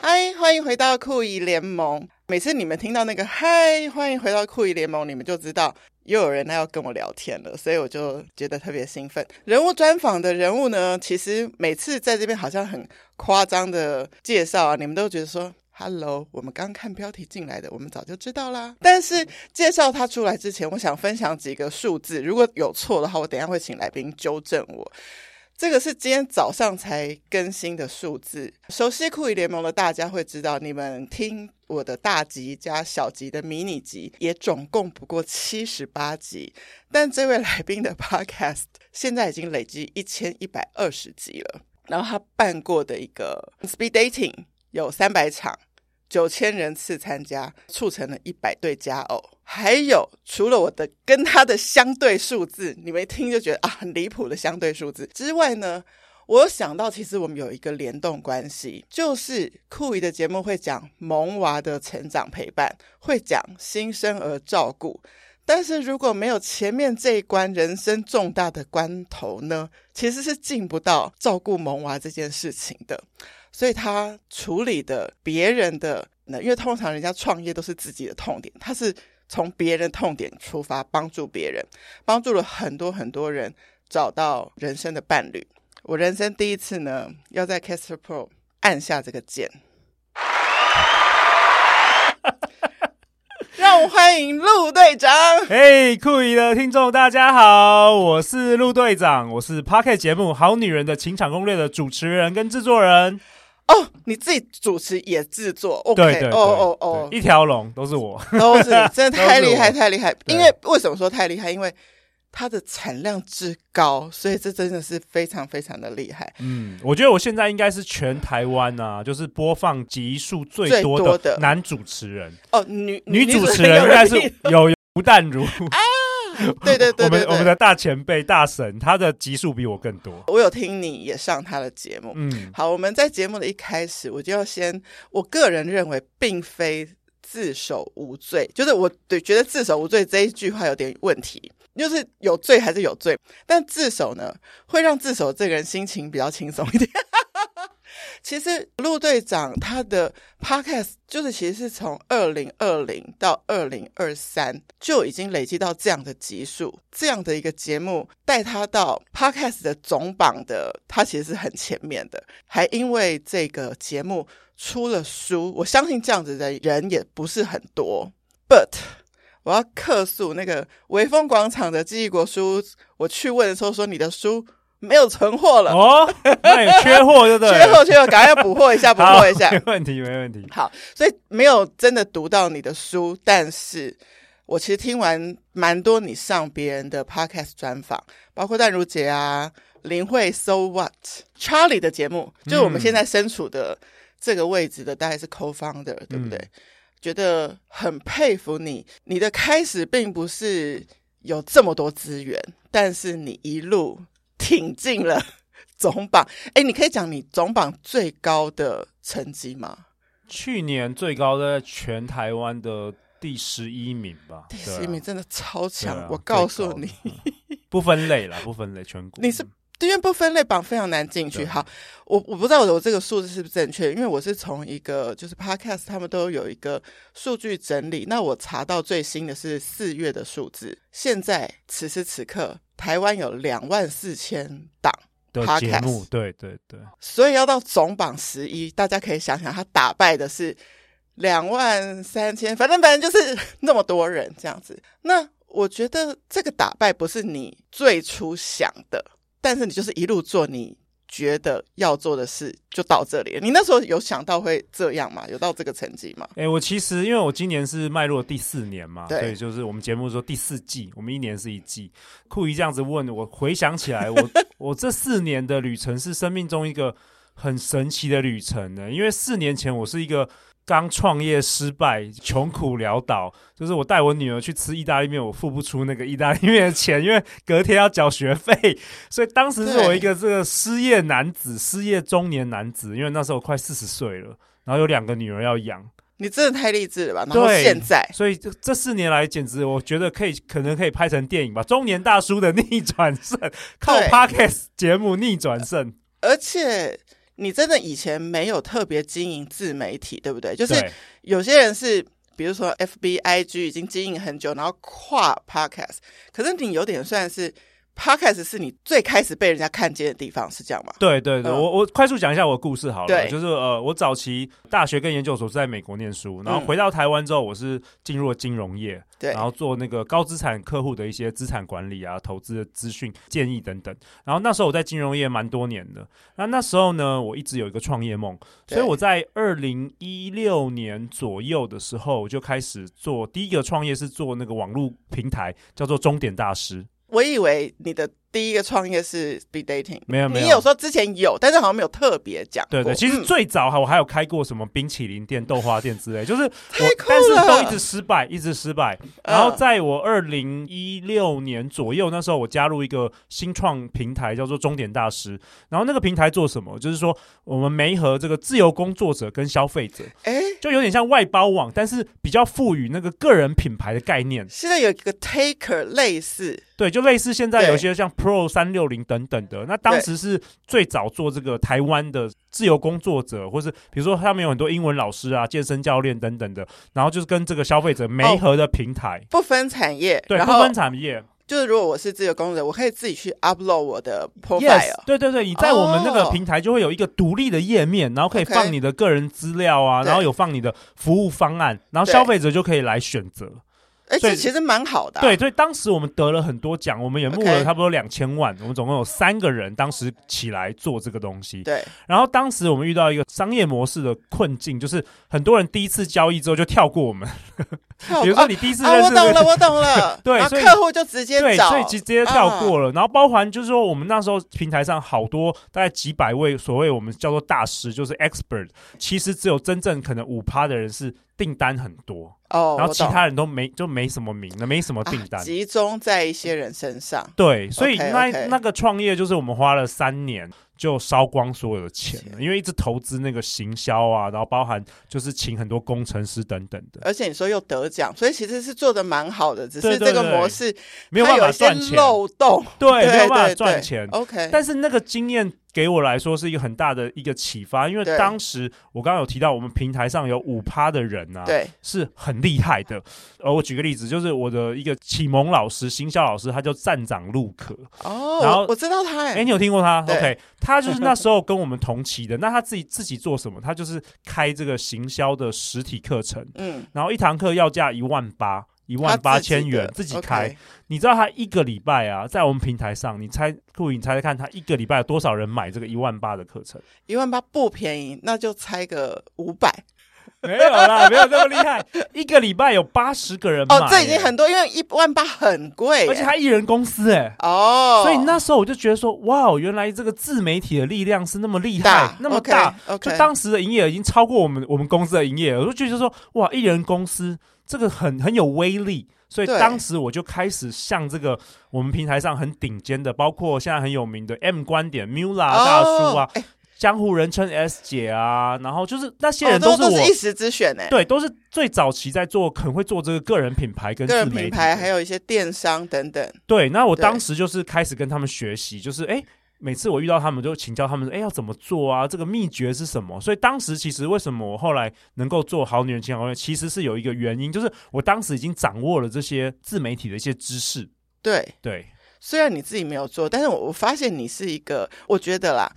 嗨，欢迎回到酷姨联盟。每次你们听到那个嗨，欢迎回到酷姨联盟，你们就知道又有人要跟我聊天了，所以我就觉得特别兴奋。人物专访的人物呢，其实每次在这边好像很夸张的介绍啊，你们都觉得说。Hello，我们刚看标题进来的，我们早就知道啦。但是介绍他出来之前，我想分享几个数字，如果有错的话，我等一下会请来宾纠正我。这个是今天早上才更新的数字。熟悉酷鱼联盟的大家会知道，你们听我的大集加小集的迷你集，也总共不过七十八集。但这位来宾的 Podcast 现在已经累积一千一百二十集了。然后他办过的一个 Speed Dating 有三百场，九千人次参加，促成了一百对佳偶。还有，除了我的跟他的相对数字，你们一听就觉得啊很离谱的相对数字之外呢，我有想到其实我们有一个联动关系，就是酷姨的节目会讲萌娃的成长陪伴，会讲新生儿照顾。但是如果没有前面这一关人生重大的关头呢，其实是进不到照顾萌娃这件事情的。所以他处理的别人的，那因为通常人家创业都是自己的痛点，他是从别人痛点出发帮助别人，帮助了很多很多人找到人生的伴侣。我人生第一次呢，要在 Caster Pro 按下这个键， 让我欢迎陆队长。嘿，酷姨的听众大家好，我是陆队长，我是 Pocket 节目《好女人的情场攻略》的主持人跟制作人，哦，你自己主持也制作，OK，对对对，哦哦哦对，一条龙都是我， 都是你，真的太厉害，都是我太厉害！对因为为什么说太厉害？因为它的产量之高，所以这真的是非常非常的厉害。嗯，我觉得我现在应该是全台湾啊，就是播放集数最最多多的的男主持人，哦，女女主持人应该是 有有吴淡如，对对啊对我们对我们对。的大前辈大神，她的集数比我更多，我有听你也上她的节目。 嗯，好，我们在节目的一开始，我就要先，我个人认为并非自首无罪，就是我对觉得自首无罪这一句话有点问题，就是有罪还是有罪，但自首呢会让自首这个人心情比较轻松一点。其实陆队长他的 podcast 就是其实是从二零二零到二零二三就已经累积到这样的集数，这样的一个节目带他到 podcast 的总榜的，他其实是很前面的，还因为这个节目出了书，我相信这样子的人也不是很多。But 我要客诉那个微风广场的记忆国书，我去问的时候说你的书没有存货了。哦，那也缺货对不对？缺货缺货，赶快要补货一下，补好，货一下 没。问题，没问题，好，所以没有真的读到你的书，但是我其实听完蛮多你上别人的 podcast 专访，包括淡如姐啊、林慧、So What、Charlie 的节目，就是我们嗯现在身处的这个位置的，大概是 co-founder，对不对？觉得很佩服你，你的开始并不是有这么多资源，但是你一路挺进了总榜。哎，你可以讲你总榜最高的成绩吗？去年最高的全台湾的第十一名吧，第对啊十名真的超强，对啊我告诉你，最高的嗯不分类啦，不分类，全国嗯你是因为不分类榜非常难进去。对好，我我不知道我的我这个数字是不是正确，因为我是从一个就是 Podcast 他们都有一个数据整理，那我查到最新的是四月的数字，现在此时此刻台湾有两万四千档。的 podcast 节目，对对对，所以要到总榜十一，大家可以想想，他打败的是两万三千，反正反正就是那么多人这样子。那我觉得这个打败不是你最初想的，但是你就是一路做你觉得要做的事，就到这里了。你那时候有想到会这样吗？有到这个成绩吗？哎、我其实因为我今年是迈入了第四年嘛，对所以就是我们节目说第四季，我们一年是一季。酷姨这样子问我，回想起来，我我这四年的旅程是生命中一个很神奇的旅程呢。因为四年前我是一个刚创业失败、穷苦潦倒，就是我带我女儿去吃意大利面，我付不出那个意大利面的钱，因为隔天要缴学费，所以当时是我一个这个失业男子、失业中年男子，因为那时候我快四十岁了，然后有两个女儿要养。你真的太励志了吧！然后对现在所以这这四年来，简直我觉得可以，可能可以拍成电影吧，《中年大叔的逆转胜》，靠 podcast 节目逆转胜。而且你真的以前没有特别经营自媒体，对不对？就是对有些人是，比如说 F B I G 已经经营很久，然后跨 Podcast，可是你有点算是 Podcast 是你最开始被人家看见的地方，是这样吗？对对对，嗯我我快速讲一下我的故事好了，对就是呃，我早期大学跟研究所是在美国念书，然后嗯回到台湾之后，我是进入了金融业，对然后做那个高资产客户的一些资产管理啊、投资的资讯建议等等。然后那时候我在金融业蛮多年的，那那时候呢，我一直有一个创业梦，对所以我在二零一六年左右的时候，我就开始做第一个创业是做那个网络平台，叫做终点大师。我以为你的第一个创业是 Be Dating，没有没有你有说之前有，但是好像没有特别讲过。对对，其实嗯最早还我还有开过什么冰淇淋店、豆花店之类，就是我太酷，但是都了一直失败，一直失败。嗯然后在我二零一六年左右，那时候我加入一个新创平台，叫做终点大师。然后那个平台做什么？就是说我们媒合这个自由工作者跟消费者，哎、就有点像外包网，但是比较赋予那个个人品牌的概念。现在有一个 Taker 类似，对，就类似现在有对些像 Pro 三六零等等的，那当时是最早做这个台湾的自由工作者，或是比如说他们有很多英文老师啊、健身教练等等的，然后就是跟这个消费者媒合的平台，不分产业，对，哦然不后分产业就是如果我是自由工作者，我可以自己去 upload 我的，yes， profile。对对对，你在我们那个哦平台就会有一个独立的页面，然后可以 OK 放你的个人资料啊，对然后有放你的服务方案，然后对消费者就可以来选择。哎、所以这其实蛮好的啊、对，所以当时我们得了很多奖，我们也募 OK 了差不多两千万，我们总共有三个人当时起来做这个东西。对然后当时我们遇到一个商业模式的困境，就是很多人第一次交易之后就跳过我们。跳比过如说啊你第一次啊，认我识、懂了，我懂了。 对然后所以客户就直接对，找，嗯所以直接跳过了。然后包含就是说，我们那时候平台上好多大概几百位所谓我们叫做大师，就是 expert，其实只有真正可能五趴的人是订单很多，哦，然后我其懂他人都没就没什么名的，没什么订单。啊、集中在一些人身上。对，所以 OK，那 OK 那个创业就是我们花了三年就烧光所有的钱了，因为一直投资那个行销啊，然后包含就是请很多工程师等等的，而且你说又得奖，所以其实是做的蛮好的，只对是对这个对模式没有它办有法一些赚钱，漏洞，对，对没有办法对赚对钱。 OK，但是那个经验给我来说是一个很大的一个启发，因为对当时我刚刚有提到，我们平台上有五趴的人啊，对是很厉害的。呃，我举个例子，就是我的一个启蒙老师、行销老师，他叫站长陆可，哦，啊然后我我知道他哎、哎、你有听过他对？OK，他就是 那时候跟我们同期的。那他自己自己做什么？他就是开这个行销的实体课程，嗯，然后一堂课要价一万八，一万八千元，自己开。你知道他一个礼拜啊，在我们平台上，你猜，酷影猜猜看，他一个礼拜有多少人买这个一万八的课 程？一万八不便宜，那就猜个五百没有啦，没有这么厉害，一个礼拜有八十个人买、哦，这已经很多，因为一万八很贵耶，而且他一人公司哎、哦，所以那时候我就觉得说，哇，原来这个自媒体的力量是那么厉害大，那么大。 ，OK，, 就当时的营业额已经超过我们我们公司的营业额，我就觉得说，哇，一人公司这个很很有威力，所以对当时我就开始向这个我们平台上很顶尖的，包括现在很有名的 M 观点、Mula 大叔啊、哦哎江湖人称 S 姐啊，然后就是那些哦人都是我、一时之选哎、对，都是最早期在做，很会做这个个人品牌跟个自人媒品体牌的还有一些电商等等，对，那我对当时就是开始跟他们学习，就是哎。诶每次我遇到他们，就请教他们，哎，要怎么做啊？这个秘诀是什么？所以当时其实为什么我后来能够做好女人情感攻略，其实是有一个原因，就是我当时已经掌握了这些自媒体的一些知识。对。对，虽然你自己没有做，但是我我发现你是一个，我觉得啦，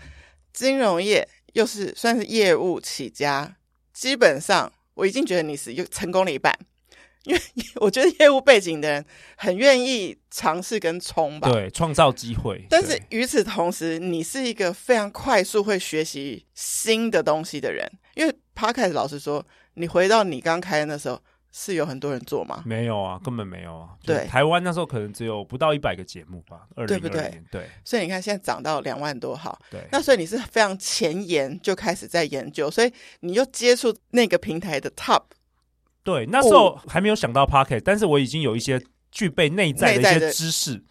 金融业又是算是业务起家，基本上我已经觉得你是又成功了一半， 因为我觉得业务背景的人很愿意尝试跟冲吧。对，创造机会。但是对与此同时，你是一个非常快速会学习新的东西的人，因为 podcast 老师说，你回到你刚开的那时候，是有很多人做吗？没有啊，根本没有啊。就是对台湾那时候可能只有不到一百个节目吧，二零对二不零对年。对所以你看，现在涨到两万多号，对那所以你是非常前沿就开始在研究，所以你又接触那个平台的 top 对，那时哦候还没有想到 Pocket，但是我已经有一些具备内在的内一在些的知识。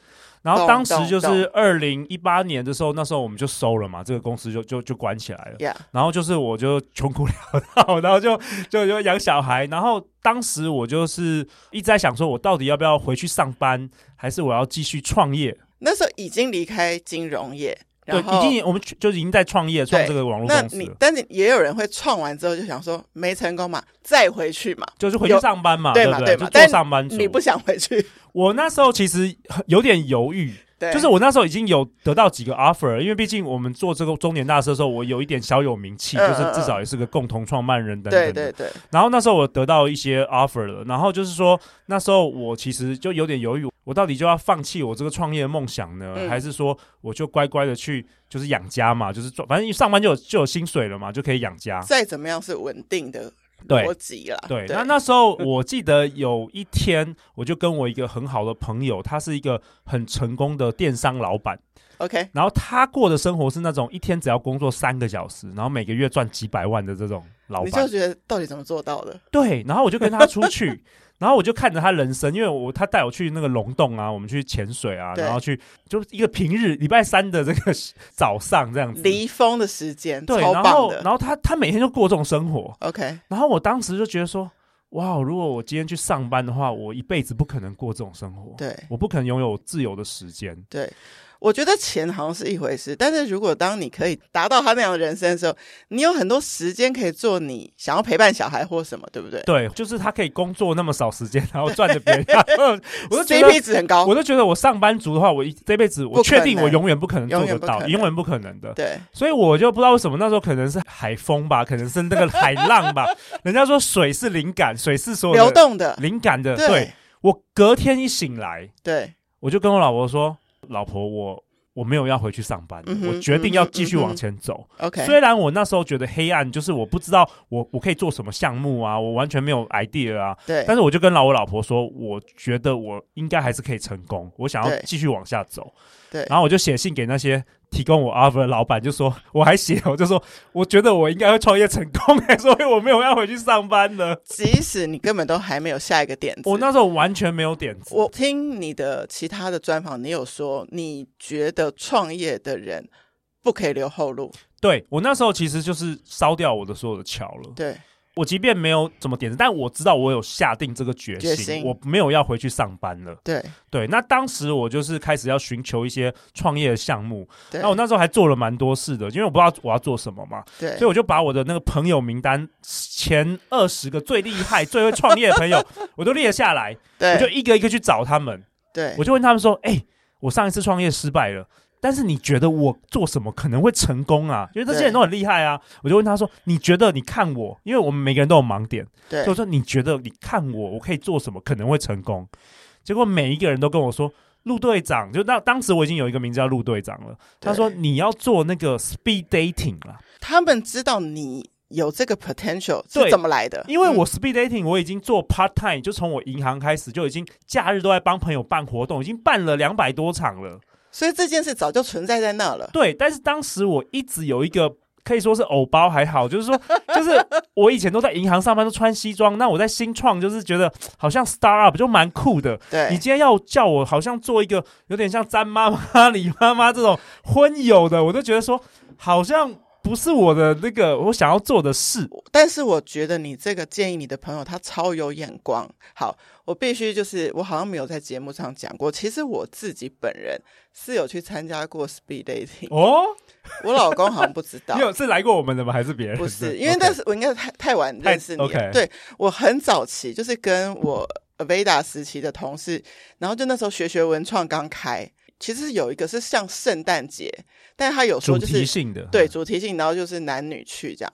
然后当时懂懂就是二零一八年的时候，那时候我们就收了嘛，这个公司就就就关起来了。呀、然后就是我就穷苦潦倒， 然后就就就养小孩。然后当时我就是一直在想，说我到底要不要回去上班，还是我要继续创业？那时候已经离开金融业，对，然后已经我们就已经在创业创对这个网络那公司你了，但是也有人会创完之后就想说没成功嘛，再回去嘛，就是回去有上班嘛，对嘛不对对？嘛就但做上班族。你不想回 去，我那时候其实很有点犹豫，对，就是我那时候已经有得到几个 offer，因为毕竟我们做这个中年大师的时候，我有一点小有名气，嗯就是嗯至少也是个共同创办人等等对的。对对，然后那时候我得到一些 offer 了，然后就是说那时候我其实就有点犹豫，我到底就要放弃我这个创业的梦想呢，嗯还是说我就乖乖的去就是养家嘛，就是赚，反正上班就有就有薪水了嘛，就可以养家。再怎么样是稳定的对逻辑啦，对，对那那时候我记得有一天，我就跟我一个很好的朋友，他是一个很成功的电商老板， OK，然后他过的生活是那种一天只要工作三个小时，然后每个月赚几百万的这种老你就板。觉得到底怎么做到的？对，然后我就跟他出 去，然后我就看着他人生，因为我他带我去那个龙洞啊，我们去潜水啊，对然后去就是一个平日礼拜三的这个早上这样子。离峰的时间嗯对，超然棒后的然后他他每天就过这种生活， ，OK，然后我当时就觉得说，哇，如果我今天去上班的话，我一辈子不可能过这种生活，对。我不可能拥有自由的时间。对，我觉得钱好像是一回事，但是如果当你可以达到他那样的人生的时候，你有很多时间可以做你想要陪伴小孩或什么，对不对对，就是他可以工作那么少时间，然后赚着别人家， 我就觉得？CP 值很高我，就觉得我上班族的话，我一这辈子不我可能确定我永远不可能做永远得不可到，能永远不可能的。对所以我就不知道为什么那时候可能是海风吧，可能是那个海浪吧。人家说水是灵感，水是所有的流动的，灵感的。对我隔天一醒来，对我就跟我老婆说：“老婆，我我没有要回去上班，嗯哼我决定要继续嗯哼往前走。 ，OK，虽然我那时候觉得黑暗，就是我不知道我我可以做什么项目啊，我完全没有 idea 啊，对但是我就跟老我老婆说，我觉得我应该还是可以成功，我想要对继续往下走。对然后我就写信给那些提供我 offer 的老板，就说我还写，我就说我觉得我应该会创业成功， 所以我没有要回去上 班了。即使你根本都还没有下一个点子，我那时候完全没有点子，我听你的其他的专访，你有说你觉得创业的人不可以留后路，对我那时候其实就是烧掉我的所有的桥了。对我即便没有什么点子，但我知道我有下定这个决决心，心我没有要回去上班了。对对，那当时我就是开始要寻求一些创业的项目，对那我那时候还做了蛮多事的，因为我不知道我要做什么嘛，对所以我就把我的那个朋友名单前二十个最厉害、最会创业的朋友， 我都列下来，我就对一个一个去找他们，对我就问他们说：“哎、我上一次创业失败了。”但是你觉得我做什么可能会成功啊？因为这些人都很厉害啊！我就问他说：“你觉得你看我，因为我们每个人都有盲点，对就说你觉得你看我，我可以做什么可能会成功？结果每一个人都跟我说，陆队长，就那当时我已经有一个名字叫陆队长了。他对说你要做那个 speed dating 啦，他们知道你有这个 potential 是对怎么来的，因为嗯我 speed dating 我已经做 part time，就从我银行开始就已经假日都在帮朋友办活动，已经办了两百多场了。所以这件事早就存在在那了。对，但是当时我一直有一个。可以说是偶包还好，就是说， 就是我以前都在银行上班，都穿西装。那我在新创，就是觉得好像 star up 就蛮酷的，你对今天要叫我好像做一个有点像詹妈妈、李妈妈这种婚友的，我都觉得说好像不是我的那个我想要做的事。但是我觉得你这个建议你的朋友他超有眼光。好，我必须就是我好像没有在节目上讲过，其实我自己本人是有去参加过 speed dating，哦，我老公好像不知道 你。有是来过我们的吗？还是别人的？不 是，因为那是我应该太太晚认识你太了。 ，OK 对我很早期就是跟我 Aveda 时期的同事，然后就那时候学学文创刚开，其实有一个是像圣诞节，但他有 OK 主说就是题性的，对，主题性，然后就是男女去这样。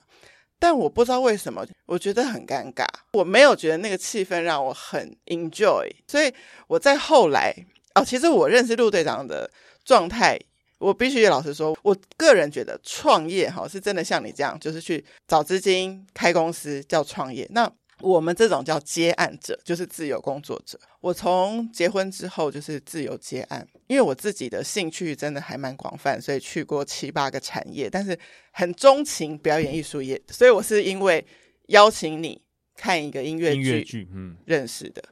但我不知道为什么，我觉得很尴尬，我没有觉得那个气氛让我很 enjoy，所以我在后来哦，其实我认识陆队长的状态，我必须老实说，我个人觉得创业哈是真的像你这样，就是去找资金开公司叫创业。那我们这种叫接案者，就是自由工作者。我从结婚之后就是自由接案，因为我自己的兴趣真的还蛮广泛，所以去过七八个产业，但是很钟情表演艺术业，所以我是因为邀请你看一个音乐音乐剧剧，嗯，认识的。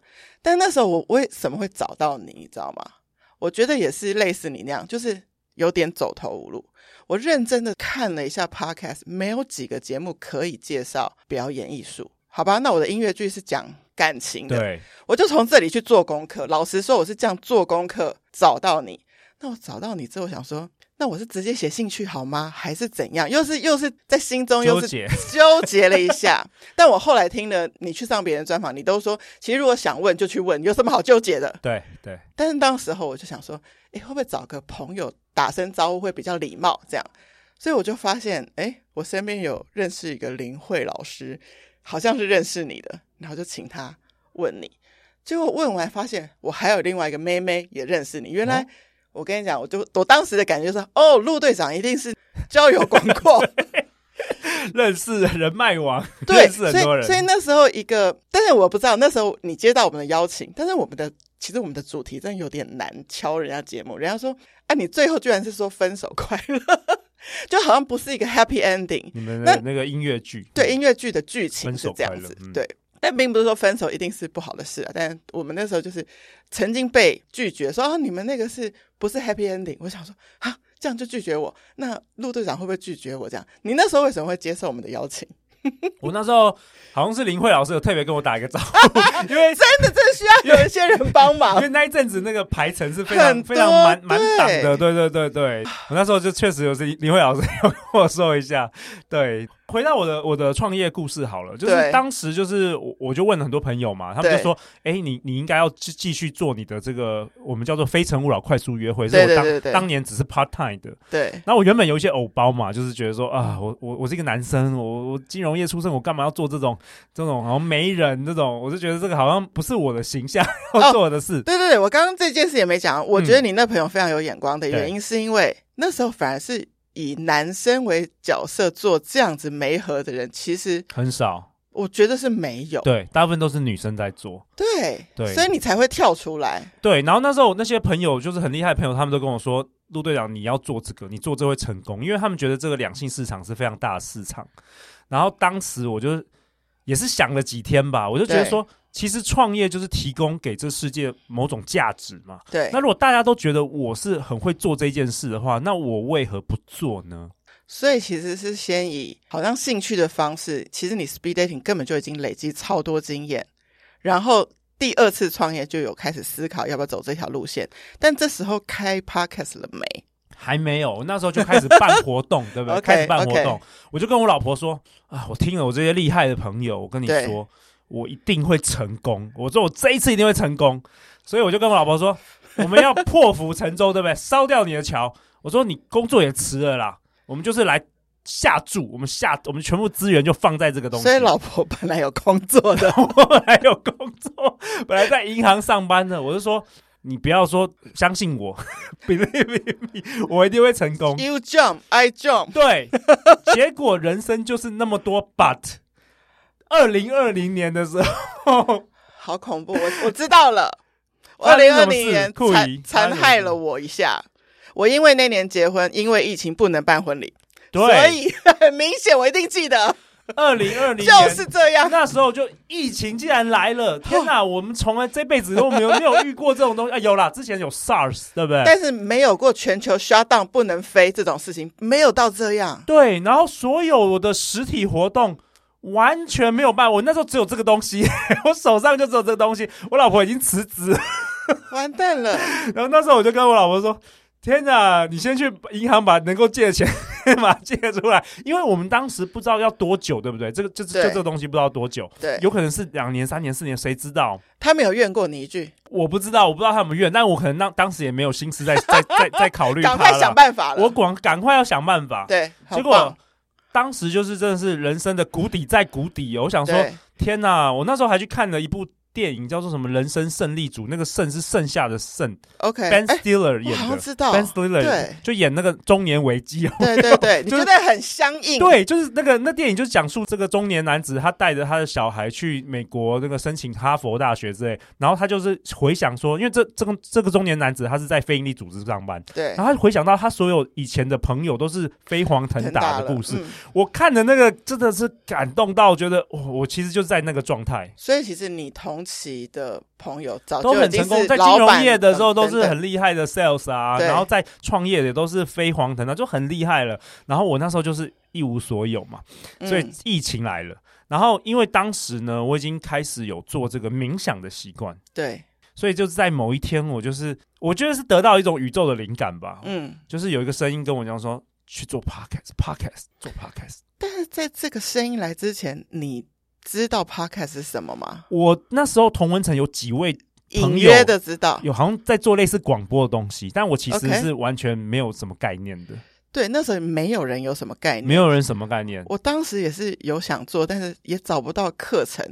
但那时候我为什么会找到你，你知道吗？我觉得也是类似你那样，就是有点走投无路。我认真的看了一下 podcast，没有几个节目可以介绍表演艺术。好吧，那我的音乐剧是讲感情的，对，我就从这里去做功课。老实说，我是这样做功课找到你。那我找到你之后，我想说那我是直接写兴趣好吗？还是怎样？又是又是在心中又纠是结。纠结了一下， 但我后来听了你去上别人专访，你都说其实如果想问就去问，有什么好纠结的？对对， 但是当时候我就想说，诶，会不会找个朋友打声招呼会比较礼貌？这样，所以我就发现，诶，我身边有认识一个林慧老师，好像是认识你的，然后就请他问你。结果问完发现，我还有另外一个妹妹也认识你。原来、哦我跟你讲，我就我当时的感觉就是，哦，陆队长一定是交友广阔。认识人脉网，对，认识所很多以人。所以那时候一个，但是我不知道那时候你接到我们的邀请，但是我们的其实我们的主题真的有点难敲人家节目，人家说啊，你最后居然是说分手快乐， 就好像不是一个 happy ending。你们的那个音乐剧，对音乐剧的剧情嗯分是手这样快乐子，嗯对。但并不是说分手一定是不好的事啊，但我们那时候就是曾经被拒绝，说啊你们那个是不是 happy ending？我想说啊这样就拒绝我，那陆队长会不会拒绝我？这样，你那时候为什么会接受我们的邀请？我那时候好像是林慧老师有特别跟我打一个 招呼，因为真的真的需要有一些人帮忙因为。那一阵子那个排程是非啊很多常非常满对满档的，对对对对。我那时候就确实有是林慧老师有跟我说一下，对。回到我的我的创业故事好了，就是对当时就是我我就问了很多朋友嘛，他们就对说，哎、你你应该要继继续做你的这个我们叫做非诚勿扰快速约会，是对我对当对对当年只是 part time 的，对那我原本有一些偶包嘛，就是觉得说啊，我我我是一个男生，我我金融业出身，我干嘛要做这种这种好像媒人这种？我就觉得这个好像不是我的形象 哦要做的事。对对对，我刚刚这件事也没讲。我觉得你那朋友非常有眼光的原因，是因为那时候反而是以男生为角色做这样子媒合的人，其实很少，我觉得是没有。对，大部分都是女生在做。对对所以你才会跳出来。对，然后那时候那些朋友就是很厉害的朋友，他们都跟我说，陆队长你要做这个，你做这会成功，因为他们觉得这个两性市场是非常大的市场。然后当时我就也是想了几天吧，我就觉得对说，其实创业就是提供给这世界某种价值嘛。对那，如果大家都觉得我是很会做这件事的话，那我为何不做呢？所以其实是先以好像兴趣的方式，其实你 speed dating 根本就已经累积超多经验，然后。第二次创业就有开始思考要不要走这条路线，但这时候开 podcast 了没？还没有，那时候就开始办 活动，对不对？ OK，开始办活 OK 动，我就跟我老婆说啊，我听了我这些厉害的朋友，我跟你对 说，我一定会成功。我说我这一次一定会成功，所以我就跟我老婆说， 我们要破釜沉舟，对不对？烧掉你的桥。我说你工作也辞了啦，我们就是来下注，我们下我们全部资源就放在这个东西。所以老婆本来有工作的， 我还有工作，本来在银行上班的，我就说你不要说相信我 ，believe in me，我一定会成功。 You jump, I jump。对，结果人生就是那么多 but。二零二零年的时候，好恐怖！我我知道了，二 发生零二什么零事年酷残姨残发生什么害事了我一下。我因为那年结婚，因为疫情不能办婚礼，所对，以 很明显我一定记得，二零二零就是啊这样。那时候就疫情竟然来了，天哪！我们从来这辈子都没有没有遇过这种东西啊，有啦，之前有 SARS，对不对？但是没有过全球 shutdown 不能飞这种事情，没有到这样。对，然后所有我的实体活动完全没有办，我那时候只有这个东西， 我手上就只有这个东西。我老婆已经辞职了，完蛋了， 然后那时候我就跟我老婆说：“天哪，你先去银行把能够借的钱 把它借出来，因为我们当时不知道要多久，对不对？这个就是就对这个东西不知道多久，对有可能是两年、三年、四年，谁知道？”他没有怨过你一句，我不知道，我不知道他们愿，但我可能当当时也没有心 思在在在在考虑赶它快了想办法了。我赶赶快要想办法。对，结很果啊棒当时就是真的是人生的谷底在谷底哦，我想说对天哪！我那时候还去看了一部电影，叫做什么《人生胜利组》，那个“胜”是剩下的“胜 OK， ”，Ben 哎 Stiller 我好演像的。知道， Ben Stiller 对就演那个中年危机哦。对对对，你 就觉是得很相应，对，就是那个那电影就是讲述这个中年男子，他带着他的小孩去美国那个申请哈佛大学之类，然后他就是回想说，因为这这个这个中年男子他是在非营利组织上班，对然，后他回想到他所有以前的朋友都是飞黄腾很达大的了故事，嗯我看的那个真的是感动到，觉得我哦我其实就在那个状态，所以其实你同期的朋友早都哦就已很经成功，是在金老融板业的时候等都是等很厉害的 sales 啊，对然后在创业的也都是飞黄腾达，就很厉害了。然后我那时候就是一无所有嘛，嗯所以疫情来了，然后因为当时呢，我已经开始有做这个冥想的习惯。对所以就是在某一天，我就是我觉得是得到一种宇宙的灵感吧，嗯，就是有一个声音跟我讲说去做 podcast，podcast 做 podcast。但是在这个声音来之前，你知道 podcast 是什么吗？我那时候同文层有几位隐朋友约的知道，有好像在做类似广播的东西，但我其实 OK 是完全没有什么概念的对，那时候没有人有什么概念，没有人什么概念。我当时也是有想做，但是也找不到课程，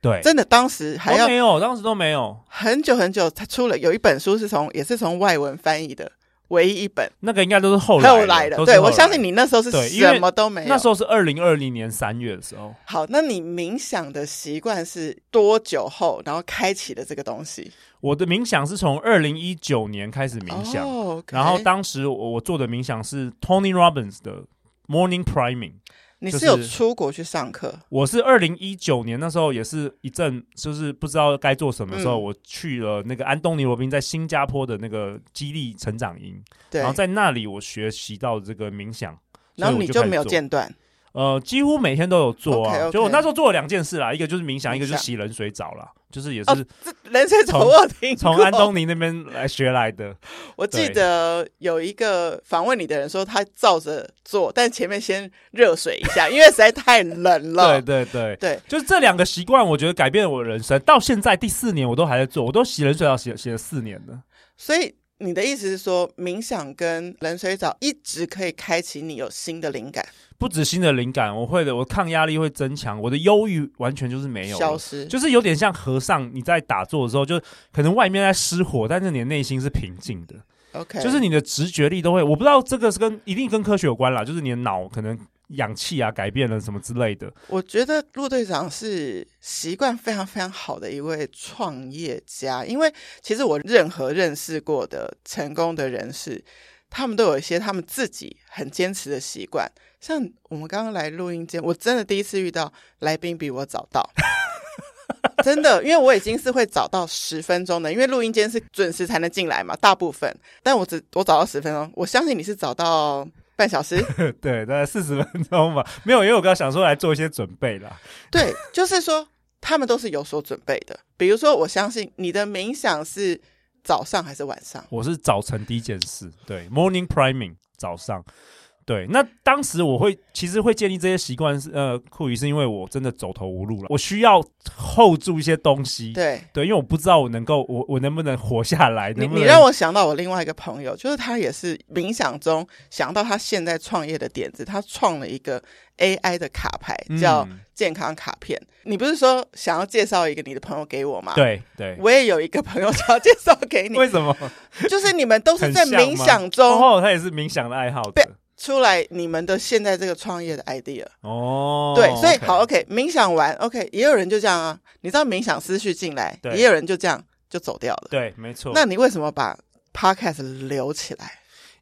对，真的当时还都要没有，当时都没有。很久很久，他出了有一本书是从也是从外文翻译的，唯一一本那个应该都是后来后的，来的的。都是对，后我来相信的你那时候是对因为什么都没有。那时候是二零二零年三月的时候，好，那你冥想的习惯是多久后，然后开启了这个东西？我的冥想是从二零一九年开始冥想，哦，OK 然后当时我我做的冥想是 Tony Robbins 的 Morning Priming。你就是是有出国去上课，我是二零一九年那时候也是一阵，就是不知道该做什么的时候，嗯我去了那个安东尼罗宾在新加坡的那个激励成长营，对然后，在那里我学习到这个冥想，然后所以你我就就开始没有做间断。呃，几乎每天都有做啊。 OK，OK 就我那时候做了两件事啦，一个就是冥想，冥想一个就是洗冷水澡啦，就是也哦是这人生从从我有听从过安东尼那边来学来的。我记对得有一个访问你的人说，他照着做，但前面先热水一下，因为实在太冷 了。 对对对。对就是这两个习惯，我觉得改变了我的人生。到现在第四年，我都还在做，我都洗冷水澡洗了洗了四年了。所以你的意思是说，冥想跟冷水澡一直可以开启你有新的灵感不止新的灵感，我会的，我抗压力会增强，我的忧郁完全就是没有了消失？就是有点像和尚你在打坐的时候，就可能外面在失火，但是你的内心是平静的， OK，就是你的直觉力都会。我不知道这个是跟一定跟科学有关啦，就是你的脑可能氧气啊改变了什么之类的。我觉得陆队长是习惯非常非常好的一位创业家，因为其实我任何认识过的成功的人士，他们都有一些他们自己很坚持的习惯。像我们刚刚来录音间，我真的第一次遇到来宾比我早到。真的，因为我已经是会早到十分钟的，因为录音间是准时才能进来嘛，大部分。但我只我早到十分钟，我相信你是早到半小时， 对，大概四十分钟吧，没有，因为我刚刚想说来做一些准备啦。对，就是说他们都是有所准备的。比如说，我相信你的冥想是早上还是晚上？ 我是早晨第一件事，对，morning priming 早上。对，那当时我会其实会建立这些习惯是呃酷于是因为我真的走投无路了，我需要 hold 住一些东西，对。对，因为我不知道我能够我我能不能活下来，你能不你能让我想到我另外一个朋友，就是他也是冥想中想到他现在创业的点子，他创了一个 AI 的卡牌嗯叫健康卡片。你不是说想要介绍一个你的朋友给我吗？，对对，我也有一个朋友想要介绍给 你，为什么？就是你们都是很在像冥吗想 中哦，他也是冥想的爱好对者出来你们的现在这个创业的 idea。哦，对，所以 OK 好，OK，冥想完，OK，也有人就这样啊。你知道冥想思绪进来，对也有人就这样就走掉了。对，没错。那你为什么把 podcast 留起来？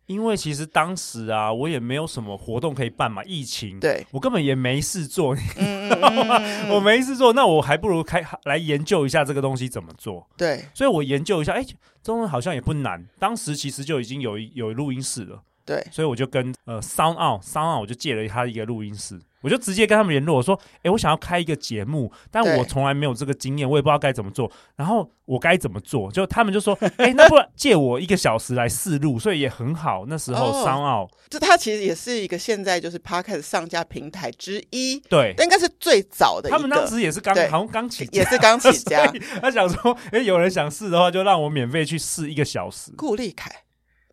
因为其实当时啊，我也没有什么活动可以办嘛，疫情，对，我根本也没事做，嗯嗯嗯嗯 我没事做，那我还不如开来研究一下这个东西怎么做。对所以我研究一下，哎、中文好像也不难。当时其实就已经有一有录音室了，对，所以我就跟呃 Sound On Sound On 我就借了他一个录音室，我就直接跟他们联络，我说，哎、我想要开一个节目，但对我从来没有这个经验，我也不知道该怎么做。然后我该怎么做？就他们就说，哎、那不然借我一个小时来试录，所以也很好。那时候哦 Sound On 这它其实也是一个现在就是 podcast 上架平台之一，对。但应该是最早的一个。他们当时也是刚对好像刚起家也是啊刚起 家所以他想说，哎、有人想试的话，就让我免费去试一个小时。顾立凯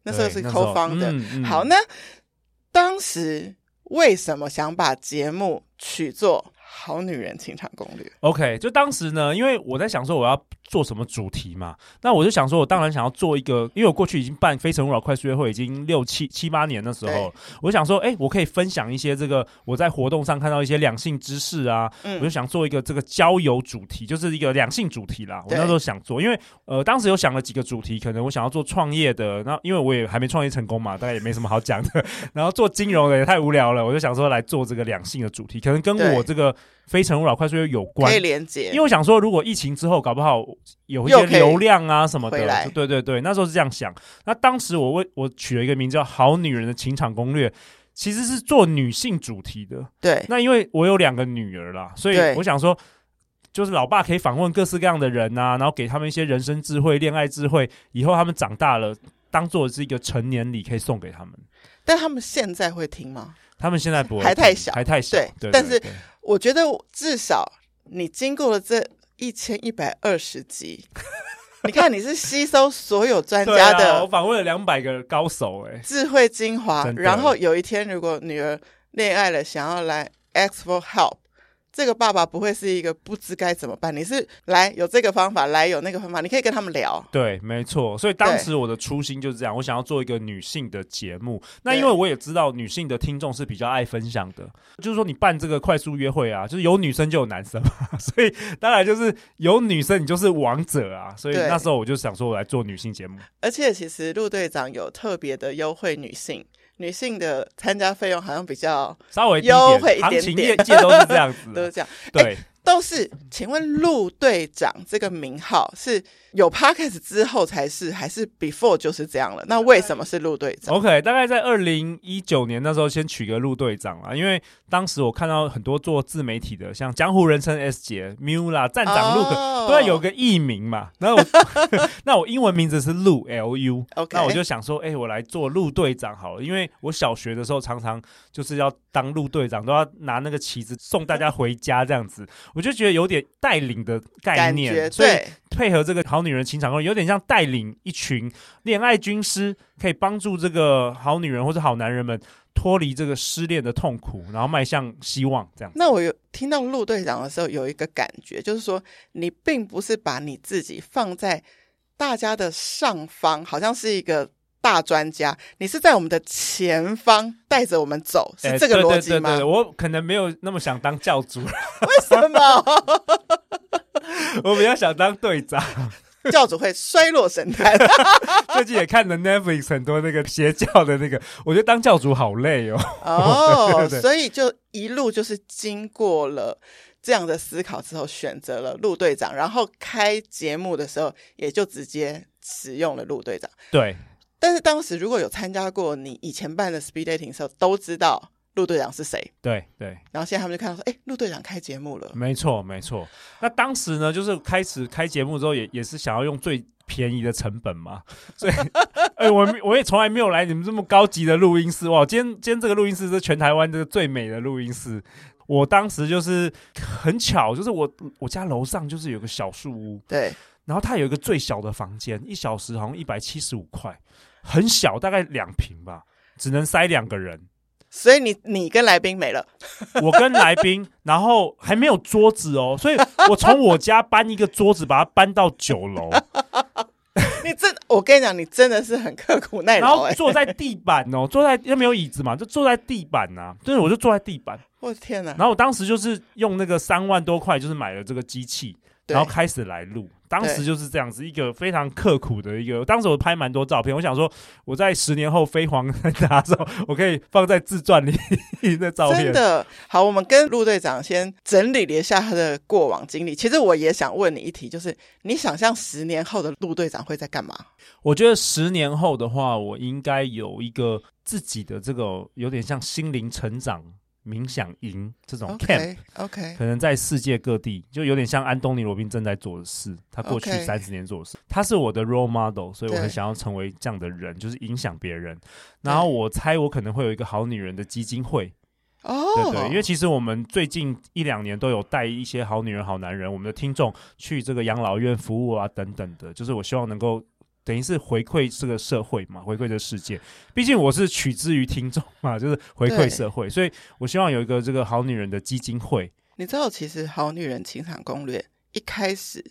那时候对是扣方的。嗯嗯好，那当时为什么想把节目取作《好女人情场攻略》？ OK，就当时呢，因为我在想说我要做什么主题嘛，那我就想说，我当然想要做一个，因为我过去已经办《非诚勿扰》快速约会已经六七七八年的时候对，我想说，哎、我可以分享一些这个我在活动上看到一些两性知识啊，我就嗯，想做一个这个交友主题，就是一个两性主题啦。我对那时候想做，因为呃，当时有想了几个主题，可能我想要做创业的，那因为我也还没创业成功嘛，大概也没什么好讲的。然后做金融的也太无聊了，我就想说来做这个两性的主题，可能跟对我这个非诚勿扰快速约有关可以。连接因为。我想说，如果疫情之后搞不好有一又些可以流量啊什么回的来，对对对，那时候是这样想。那当时我为我取了一个名叫《好女人的情场攻略》，其实是做女性主题的。对，那因为我有两个女儿啦，所以哎对我想说，就是老爸可以访问各式各样的人啊，然后给他们一些人生智慧、恋爱智慧，以后他们长大了，当做是一个成年礼可以送给他们。但他们现在会听吗？他们现在不会还太听小还太小，对对但是对我觉得至少你经过了这一千一百二十 集，你看你是吸收所有专对家啊、我的访问了两百个高手、欸，哎，智慧精华，真的然后有一天如果女儿恋爱了，想要来 ask for help。这个爸爸不会是一个不知该怎么办，你是来有这个方法，来有那个方法，你可以跟他们聊，对，没错。所以当对时我的初心就是这样，我想要做一个女性的节目。那对因为我也知道女性的听众是比较爱分享的，就是说你办这个快速约会啊，就是有女生就有男生嘛， 所以当然就是有女生你就是王者啊。所以对那时候我就想说，我来做女性节目。而且其实陆队长有特别的优惠女性，女性的参加费用好像比较稍微低优惠一行点情业点界都是这样子 都是哎的，这样。对。都是，请问陆队长这个名号是有 podcast 之后才是，还是 before 就是这样了？那为什么是陆队长？ OK，大概在二零一九年那时候，先取个陆队长啦，因为当时我看到很多做自媒体的，像江湖人称 S 姐、Mula 站长 Luke，、哦都要有个艺名嘛。然 后我， 那我英文名字是陆 L U， OK 那我就想说，哎、我来做陆队长好了，因为我小学的时候常常就是要当陆队长，都要拿那个旗子送大家回家这样子，我就觉得有点带领的概感念，觉所以对，配合这个好女人情场攻略，有点像带领一群恋爱军师，可以帮助这个好女人或者好男人们脱离这个失恋的痛苦，然后迈向希望。这样那我有听到陆队长的时候，有一个感觉，就是说你并不是把你自己放在大家的上方，好像是一个大专家，你是在我们的前方带着我们走，哎是这个对逻辑对对对吗对？我可能没有那么想当教主，为什么 我比较想当队 长。 教主会衰落神坛？最近也看了 Netflix 很多那个邪教的那个，我觉得当教主好累哦。哦， 对对对所以就一路就是经过了这样的思考之后，选择了陆队长，然后开节目的时候也就直接使用了陆队长。对，但是当时如果有参加过你以前办的 speed dating 的时候，都知道陆队长是谁。对，对。然后现在他们就看到说，哎，陆队长开节目了，没错，没错。那当时呢，就是开始开节目之后也，也是想要用最便宜的成本嘛，所以， 哎、我没我也从来没有来你们这么高级的录音室哇！今天今天这个录音室是全台湾这个最美的录音室。我当时就是很巧，就是我我家楼上就是有个小树屋，对，然后它有一个最小的房间，一小时好像一百七十五块，很小，大概两平吧，只能塞两个人。所以你你跟来宾没了，我跟来宾，然后还没有桌子哦，所以我从我家搬一个桌子，把它搬到九楼，你真，我跟你讲，你真的是很刻苦耐然劳后哎、坐在地板哦，坐在又没有椅子嘛，就坐在地板呐、啊，对，我就坐在地板。我的天哪！然后我当时就是用那个三万多块，就是买了这个机器，对然后开始来录。当时对就是这样子，一个非常刻苦的一个。当时我拍蛮多照片，我想说，我在十年后飞黄腾达的时候，我可以放在自传里的照片。真的好，我们跟陆队长先整理了一下他的过往经历。其实我也想问你一题，就是你想象十年后的陆队长会在干嘛？我觉得十年后的话，我应该有一个自己的这个有点像心灵成长冥想营这种哦 camp， OK OK，可能在世界各地，就有点像安东尼·罗宾正在做的事，他过去 OK 三十年做的事。他是我的 role model，所以我对很想要成为这样的人，就是影响别人。然后我猜我可能会有一个好女人的基金会，哦，对对，因为其实我们最近一两年都有带一些好女人、好男人，我们的听众去这个养老院服务啊等等的，就是我希望能够等于是回馈这个社会嘛，回馈这个世界。毕竟我是取之于听众嘛，就是回对馈社会，所以我希望有一个这个好女人的基金会。你知道，其实《好女人情场攻略》一开始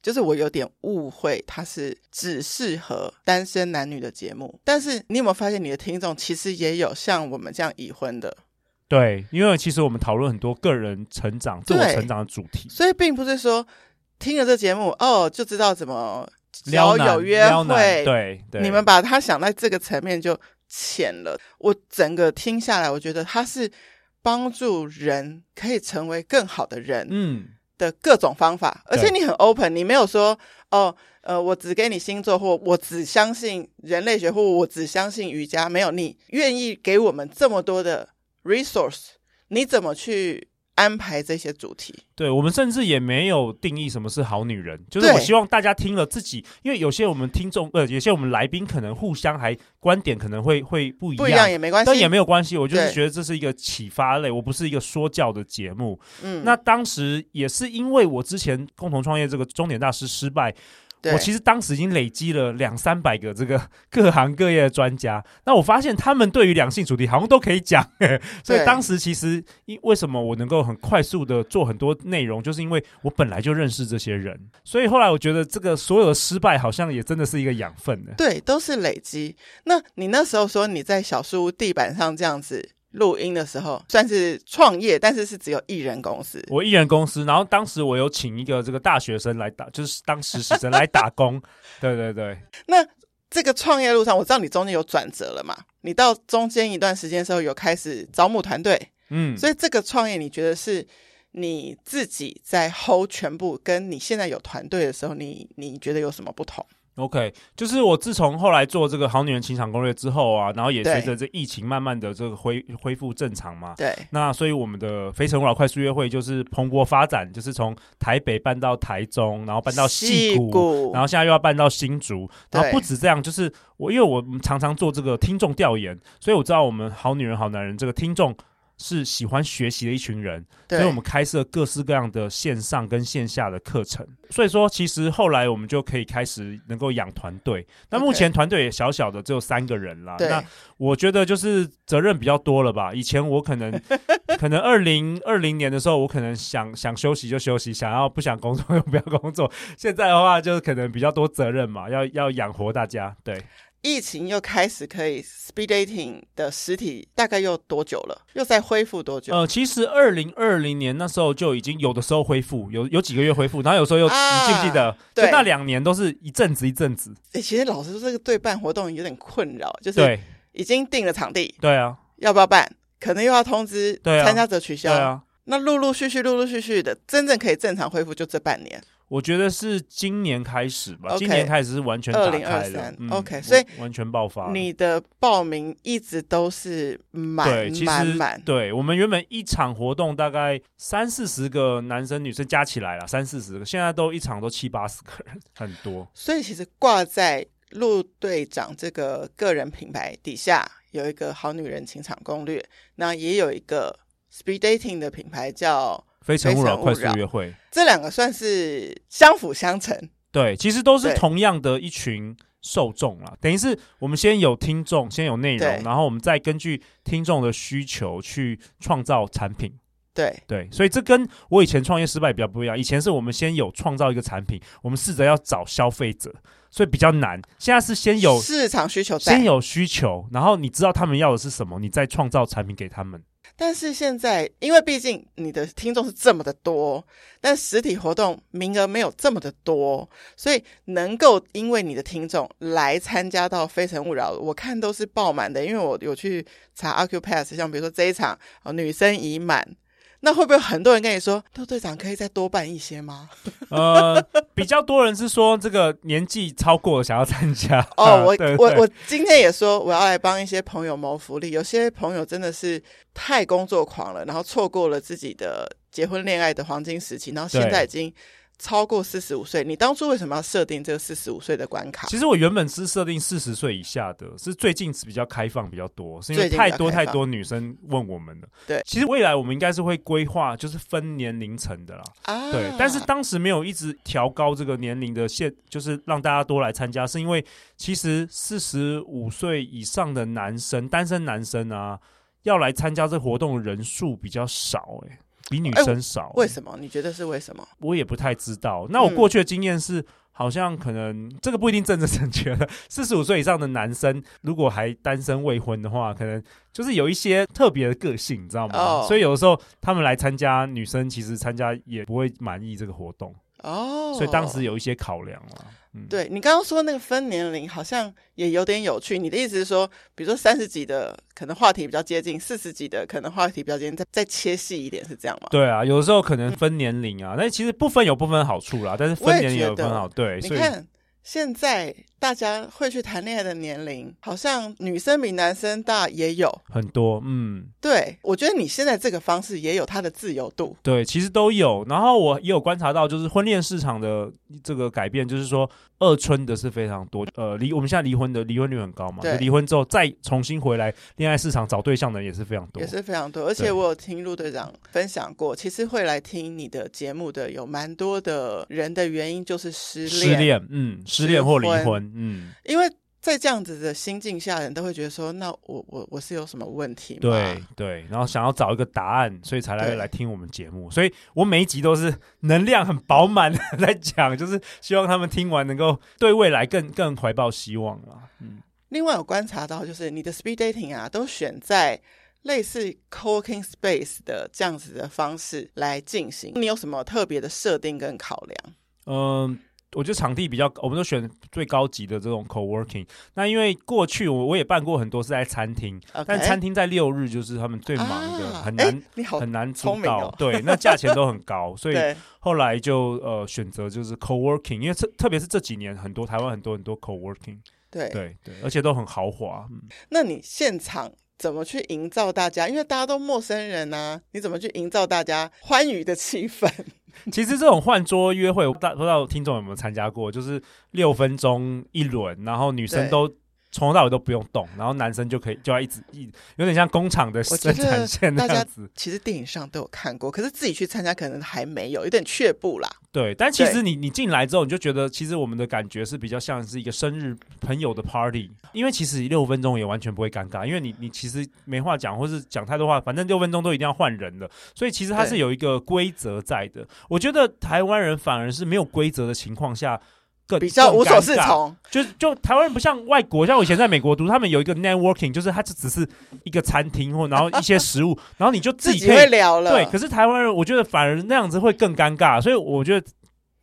就是我有点误会，它是只适合单身男女的节目。但是你有没有发现，你的听众其实也有像我们这样已婚的，对，因为其实我们讨论很多个人成长、自对我成长的主题，所以并不是说听了这节目哦就知道怎么交撩男友约撩男会，对对，你们把它想在这个层面就浅了。我整个听下来，我觉得它是帮助人可以成为更好的人嗯。的各种方法，而对且你很 open，你没有说哦，呃，我只给你星座，或我只相信人类学，或我只相信瑜伽，没有，你愿意给我们这么多的 resource，你怎么去安排这些主题。对我们甚至也没有定义什么是好女人，就是我对希望大家听了自己，因为有些我们听众呃，有些我们来宾可能互相还观点可能会会不一不一样也没关系，但也没有关系，我就是对觉得这是一个启发类，我不是一个说教的节目。嗯，那当时也是因为我之前共同创业这个终点大师失败，对我其实当时已经累积了两三百个 这个各行各业的专家，那我发现他们对于两性主题好像都可以讲，欸 所以对当时其实因为什么我能够很快速的做很多内容，就是因为我本来就认识这些人，所以后来我觉得这个所有的失败好像也真的是一个养分呢。欸对，都是累积。那你那时候说你在小书屋地板上这样子录音的时候，算是创业，但是是只有一人公司。我艺人公司，然后当时我有请一个这个大学生来打，就是当实习生来打 工。对对对，那这个创业路上，我知道你中间有转折了嘛？你到中间一段时间的时候，有开始招募团队，嗯，所以这个创业你觉得是你自己在 hold 全部，跟你现在有团队的时候，你你觉得有什么不同？ OK，就是我自从后来做这个《好女人情场攻略》之后啊，然后也对随着这疫情慢慢的这个恢恢复正常嘛。对，那所以我们的《非诚勿扰》快速约会就是蓬勃发展，就是从台北搬到台中，然后搬到戏谷，然后现在又要搬到新竹，然后对不止这样，就是我因为我常常做这个听众调研，所以我知道我们好女人好男人这个听众是喜欢学习的一群人，所对，以我们开设各式各样的线上跟线下的课程。所以说，其实后来我们就可以开始能够养团队。那 OK 目前团队也小小的，只有三个人啦。对那我觉得就是责任比较多了吧。以前我可能 可能二零二零年的时候，我可能想想休息就休息，想要不想工作就不要工作。现在的话，就可能比较多责任嘛，要要养活大家。对，疫情又开始可以 speed dating 的实体，大概又多久了？又在恢复多久？呃，其实二零二零年那时候就已经有的时候恢复，有有几个月恢复，然后有时候又、啊你记不记得？就对那两年都是一阵子一阵子。诶其实老实说，这个对办活动有点困扰，就是对已经定了场地，对啊，要不要办？可能又要通知对啊参加者取对消。啊。那陆陆续续、陆陆续续的，真正可以正常恢复就这半年。我觉得是今年开始吧 OK 今年开始是完全打开了2023嗯 OK，我所以完全爆发了。你的报名一直都是满对，其满实满，对我们原本一场活动大概三四十个男生女生加起来了，三四十个，现在都一场都七八十个人，很多。所以其实挂在陆队长这个个人品牌底下，有一个好女人情场攻略，那也有一个 speed dating 的品牌叫，非诚勿非扰，诚勿快速扰约会。这两个算是相辅相成。对，其实都是对同样的一群受众啦。等于是我们先有听众，先有内容对，然后我们再根据听众的需求去创造产品。对对，所以这跟我以前创业失败比较不一样。以前是我们先有创造一个产品，我们试着要找消费者，所以比较难。现在是先有市场需求先在，有需求，然后你知道他们要的是什么，你再创造产品给他们。但是现在因为毕竟你的听众是这么的多，但实体活动名额没有这么的多，所以能够因为你的听众来参加到《非诚勿扰》，我看都是爆满的。因为我有去查 Accupass，像比如说这一场、哦、女生已满。那会不会很多人跟你说，陆队长可以再多办一些吗？ 呃，比较多人是说这个年纪超过了想要参加。哦，我 对对我我今天也说我要来帮一些朋友谋福利，有些朋友真的是太工作狂了，然后错过了自己的结婚恋爱的黄金时期，然后现在已经超过四十五岁。你当初为什么要设定这个四十五岁的关卡？其实我原本是设定四十岁以下的，是最近是比较开放比较多，是因为最近比较太多开放太多女生问我们了。对其实未来我们应该是会规划，就是分年龄层的啦。啊，对，但是当时没有一直调高这个年龄的限，就是让大家多来参加，是因为其实四十五岁以上的男生，单身男生啊，要来参加这活动的人数比较少、欸，比女生少、欸为什么？你觉得是为什么？我也不太知道。那我嗯过去的经验是，好像可能这个不一定政治正确了。四十五岁以上的男生，如果还单身未婚的话，可能就是有一些特别的个性，你知道吗？哦所以有的时候他们来参加，女生其实参加也不会满意这个活动，哦，所以当时有一些考量了。嗯，，对你刚刚说那个分年龄好像也有点有趣。你的意思是说，比如说三十几的可能话题比较接近，四十几的可能话题比较接近，再再切细一点是这样吗？对啊，有的时候可能分年龄啊，那其实不分有不分好处啦，但是分我也年龄觉有分得好，对，你所以看，现在大家会去谈恋爱的年龄，好像女生比男生大也有。很多，嗯，对，我觉得你现在这个方式也有它的自由度。对，其实都有。然后我也有观察到，就是婚恋市场的这个改变，就是说二春的是非常多。呃，离我们现在离婚的离婚率很高嘛，对就离婚之后再重新回来恋爱市场找对象的人也是非常多也。是非常多，而且对我有听陆队长分享过，其实会来听你的节目的有蛮多的人的原因就是失失恋，嗯，失恋或离失婚，嗯，因为在这样子的心境下，人都会觉得说，那我我我是有什么问题吗？对对，然后想要找一个答案，所以才来对来听我们节目。所以我每一集都是 能量很饱满的 在讲，就是希望他们听完能够对未来更更怀抱希望啦。嗯，另外，我观察到就是你的 speed dating 啊，都选在类似 co-working space 的这样子的方式来进行。你有什么特别的设定跟考量？嗯，我觉得场地比较，我们都选最高级的这种 co-working。那因为过去我我也办过很多是在餐厅 OK 但餐厅在六日就是他们最忙的，啊很哎难你好很难聪出明道。哦对，那价钱都很高，所以对，后来就呃选择就是 co-working，因为这特别是这几年很多台湾很多很多 co-working，对对对，而且都很豪华。嗯那你现场怎么去营造大家？因为大家都陌生人啊，你怎么去营造大家欢愉的气氛？其实这种换桌约会，我不知道不知道听众有没有参加过，就是六分钟一轮，然后女生对都。从头到尾都不用动，然后男生就可以就要一直一有点像工厂的我觉生得产线那大家样子， 其实电影上都有看过，可是自己去参加可能还没有，有点却步啦。对。但其对实你你进来之后，你就觉得其实我们的感觉是比较像是一个生日朋友的 party，因为其实六分钟也完全不会尴尬，因为你你其实没话讲，或是讲太多话，反正六分钟都一定要换人了，所以其实它对是有一个规则在的。我觉得台湾人反而是没有规则的情况下。更比较更无所尴适尬从，就就台湾人不像外国，像我以前在美国读，他们有一个 networking，就是它就只是一个餐厅或然后一些食物，然后你就自自己己可会以聊了。对。可是台湾人，我觉得反而那样子会更尴尬，所以我觉得。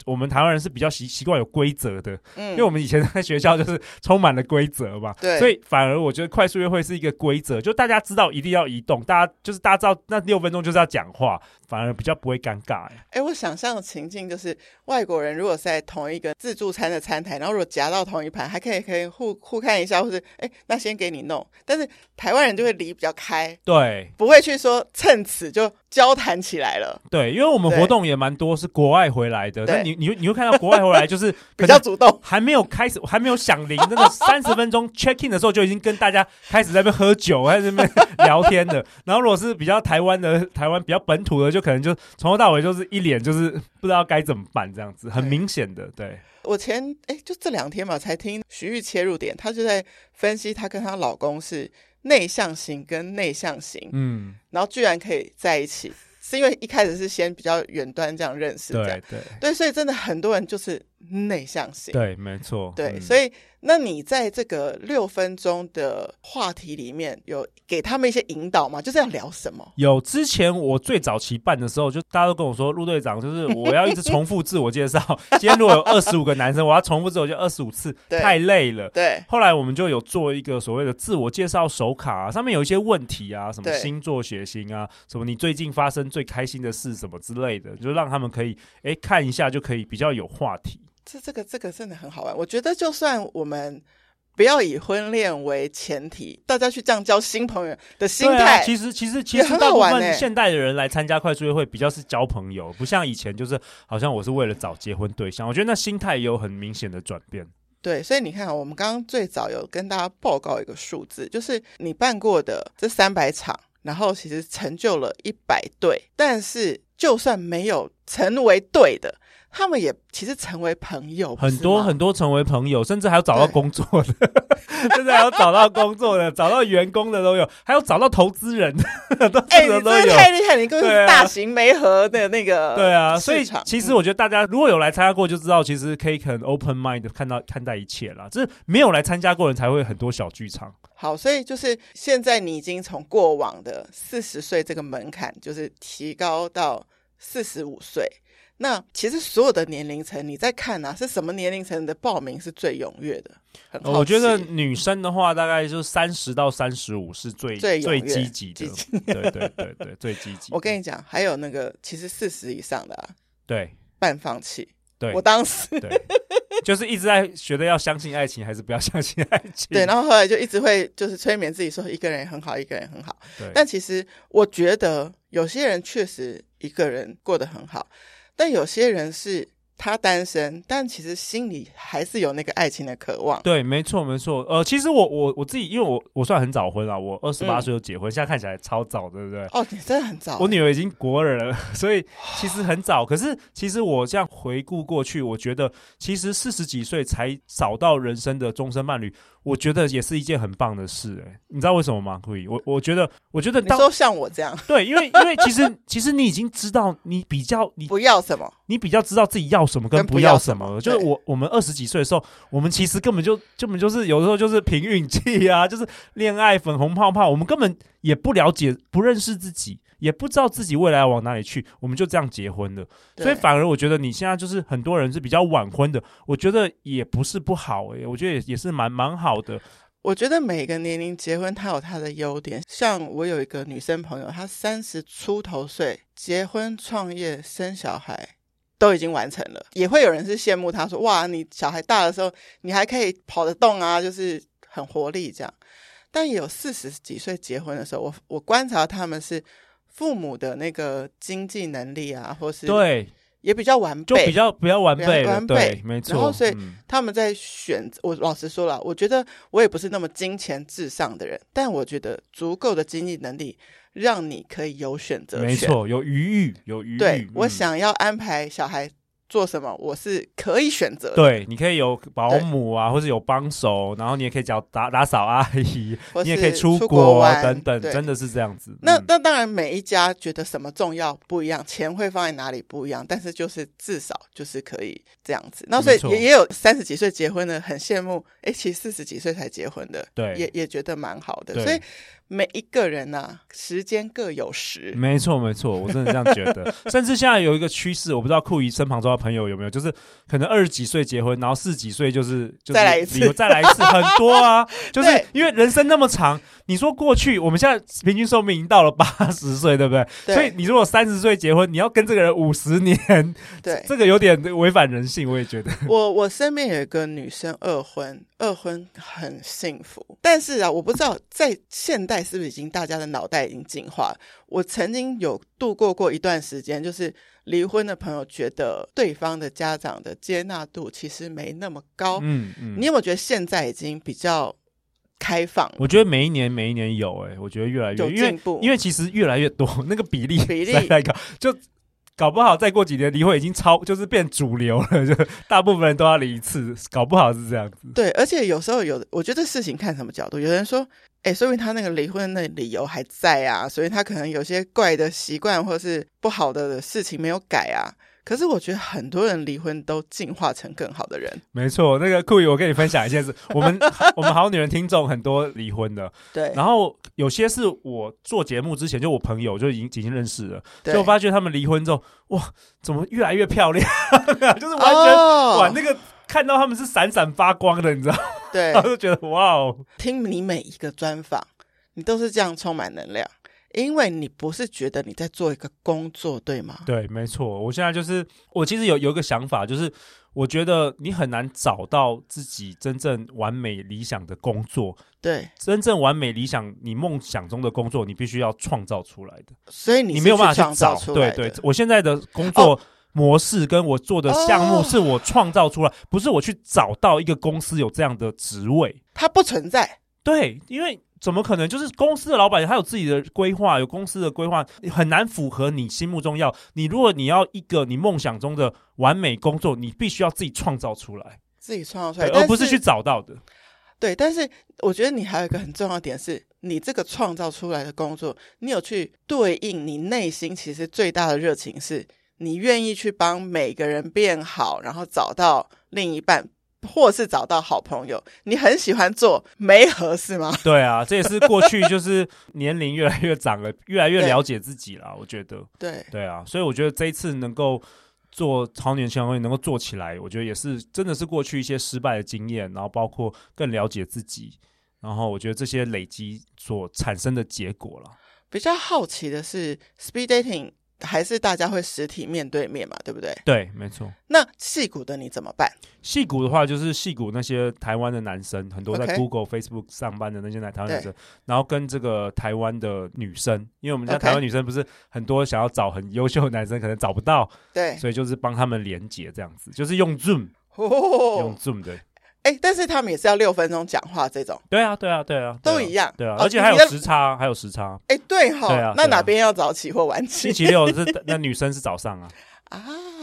我们台湾人是比较习习惯有规则的，嗯因为我们以前在学校就是充满了规则嘛，对所以反而我觉得快速约会是一个规则，就大家知道一定要移动，大家就是大家知道那六分钟就是要讲话，反而比较不会尴尬、欸哎、我想象的情境就是，外国人如果是在同一个自助餐的餐台，然后如果夹到同一盘，还可以可以互互看一下，或是哎、那先给你弄。但是台湾人就会离比较开，对，不会去说趁此就交谈起来了，对，因为我们对活动也蛮多是国外回来的，对那你你会你会看到国外回来就是 比可较能主动。还没有开始，还没有响铃， 那个三十分钟 check in 的时候就已经跟大家开始在那边喝酒，还在那边聊天 的。然后如果是比较台湾的，台湾比较本土的，就可能就从头到尾就是一脸就是 不知道该怎么办这样子，很对明显的，对我前哎，就这两天嘛，才听徐玉切入点，她就在分析她跟她老公是内向型跟内向型，嗯，然后居然可以在一起，是因为一开始是先比较远端这样认识，这样对对对，所以真的很多人就是内向型。对，没错，对，嗯所以那你在这个六分钟的话题里面，有给他们一些引导吗？就是要聊什么？有之前我最早期办的时候，就大家都跟我说，陆队长就是我要一直重复自我 介绍。今天如果有二十五个男生，我要重复自我介绍二十五次，对太累了。对，后来我们就有做一个所谓的自我介绍手卡、啊，上面有一些问题啊，什么对星座、血型啊，什么你最近发生最开心的事什么之类的，就让他们可以哎看一下就可以比较有话题。这这个这个真的很好玩。我觉得就算我们不要以婚恋为前提，大家去这样交新朋友的心对啊态，其实其实其也实很大好部玩欸分现代的人来参加快速约会比较是交朋友，不像以前就是好像我是为了找结婚对象，我觉得那心态有很明显的转变。对，所以你看啊，我们刚刚最早有跟大家报告一个数字，就是你办过的这三百场，然后其实成就了一百对，但是就算没有成为对的，他们也其实成为朋友，不很是多吗很多成为朋友，甚至还有找到工作 的，甚至还有找到工作的，找到员工的都有，还有找到投资人 的， 都哎、这个你都真的有。太厉害，你根本对是啊大型媒合的那个对啊，所以市场其实我觉得大家如果有来参加过，就知道其实可以很 open mind 地看到看待一切啦。就是没有来参加过的人才会有很多小剧场。好，所以就是现在你已经从过往的四十岁这个门槛，就是提高到四十五岁。那其实所有的年龄层，你在看啊，是什么年龄层的报名是最踊跃的？很好哦我觉得奇女生的话，大概就三十到三十五是 最最踊跃积极的积，对对对对，最积极的。我跟你讲，还有那个其实四十以上的、啊、对半放弃，对 我当时对就是一直在觉得要相信爱情还是不要相信爱情。对，然后后来就一直会就是催眠自己说一个人也很好，一个人也很好。对但其实我觉得有些人确实一个人过得很好，但有些人是他单身，但其实心里还是有那个爱情的渴望。对，没错没错。呃，其实我我我自己，因为我我算很早婚了，我二十八岁就结婚，现在看起来超早，对不对？嗯哦，你真的很早，我女儿已经国人了， 所以其实很早。可是其实我这样回顾过去，我觉得其实四十几岁才找到人生的终身伴侣，我觉得也是一件很棒的事、欸。你知道为什么吗？故意，我我觉得，我觉得你当说像我这样对，因为因为其实其实你已经知道你比较你不要什么，你比较知道自己要什么跟跟不不要要什什么么了。就是对我我们二十几岁的时候，我们其实根本就根本就是有的时候就是凭运气啊， 就是恋爱粉红泡泡，我们根本也不了解、不认识自己，也不知道自己未来往哪里去，我们就这样结婚了。对所以反而我觉得你现在就是很多人是比较晚婚的，我觉得也不是不好诶、我觉得也也是蛮蛮好的。我觉得每个年龄结婚，它有它的优点。像我有一个女生朋友，她三十出头岁结婚、创业、生小孩，都已经完成了。也会有人是羡慕她说：“哇，你小孩大的时候，你还可以跑得动啊，就是很活力这样。”但也有四十几岁结婚的时候，我我观察他们是父母的那个经济能力啊，或是对，也比较完就备，比较比较完比备较了，完备对，没错。然后所以嗯他们在选择，我老实说了，我觉得我也不是那么金钱至上的人，但我觉得足够的经济能力让你可以有选择权。没，错，有余裕，有余裕。对、我嗯想要安排小孩做什么，我是可以选择的，对，你可以有保姆啊，或者有帮手，然后你也可以找打打扫阿姨，或你也可以是出出国玩啊等等，对真的是这样子。那嗯那当然，每一家觉得什么重要不一样，钱会放在哪里不一样，但是就是至少就是可以这样子。那所以没错也也有三十几岁结婚的很羡慕，诶，其实四十几岁才结婚的，对也也觉得蛮好的。对所以每一个人呐、时间各有时。没错没错，我真的这样觉得。甚至现在有一个趋势，我不知道酷姨身旁周遭的朋友有没有，就是可能二十几岁结婚，然后四十几岁就是就是再来一次理由再来一次，很多 啊，就是对因为人生那么长，你说过去我们现在平均寿命已经到了八十岁，对不对？对所以你如果三十岁结婚，你要跟这个人五十年，对，这个有点违反人性，我也觉得。我我身边有一个女生二婚，二婚很幸福，但是啊，我不知道在现代是不是已经大家的脑袋已经进化了。我曾经有度过过一段时间，就是离婚的朋友觉得对方的家长的接纳度其实没那么高。嗯嗯，你有没有觉得现在已经比较开放了？我觉得每一年每一年有哎、我觉得越来有越因进为步，因为其实越来越多 那个比例比例实在太高，就搞不好再过几年离婚已经超就是变主流了，就 大部分人都要离一次，搞不好是这样子。对，而且有时候有，我觉得事情看什么角度。有人说，哎，说明他那个离婚的理由还在啊，所以他可能有些怪的习惯或是不好的事情没有改啊。可是我觉得很多人离婚都进化成更好的人，没错，那个酷宇，我跟你分享一件事， 我们我们好女人听众很多离婚的，对，然后有些是我做节目之前就我朋友就已经已经认识了，对就我发觉他们离婚之后，哇，怎么越来越漂亮， 就是完全、哇哦，那个。看到他们是闪闪发光的，你知道吗，对 我，就觉得哇哦，听你每一个专访，你都是这样充满能量，因为你不是觉得你在做一个工作，对 吗？对，没错，我现在就是我其实有有一个想法，就是我觉得你很难找到自己真正完美理想的工作，对，真正完美理想你梦想中的工作，你必须要创造出来的，所以你没有是办法创去造找。出对来对的，我现在的工作。模式跟我做的项目哦是我创造出来，不是我去找到一个公司有这样的职位。它不存在，对，因为怎么可能？就是公司的老板他有自己的规划，有公司的规划，很难符合你心目中要。你如果你要一个你梦想中的完美工作，你必须要自己创造出来，自己创造出对来，而但不是去找到的。对，但是我觉得你还有一个很重要的点是，你这个创造出来的工作，你有去对应你内心其实最大的热情是，你愿意去帮每个人变好，然后找到另一半，或是找到好朋友。你很喜欢做媒合是吗？对啊，这也是过去就是年龄越来越长了，越来越了解自己了。我觉得，对，对啊，所以我觉得这一次能够。做超年轻会能够做起来，我觉得也是真的是过去一些失败的经验，然后包括更了解自己，然后我觉得这些累积所产生的结果了。比较好奇的是，speed dating 还是大家会实体面对面嘛，对不对？对，没错。那戏骨的你怎么办？戏骨的话，就是戏骨那些台湾的男生，很多在 OK Google、Facebook 上班的那些台台湾男生，然后跟这个台湾的女生，因为我们家 OK 台湾女生不是很多想要找很优秀的男生，可能找不到，对，所以就是帮他们连接这样子，就是用 Zoom，、用哦， Zoom 的，哎，但是他们也是要六分钟讲话这种，对啊，对啊，对啊，对啊都一样对啊，哦而且还有你的时差，还有 时差。哎，对哈、对啊那对啊哪边要早起或晚星起期六是那女生是早上啊，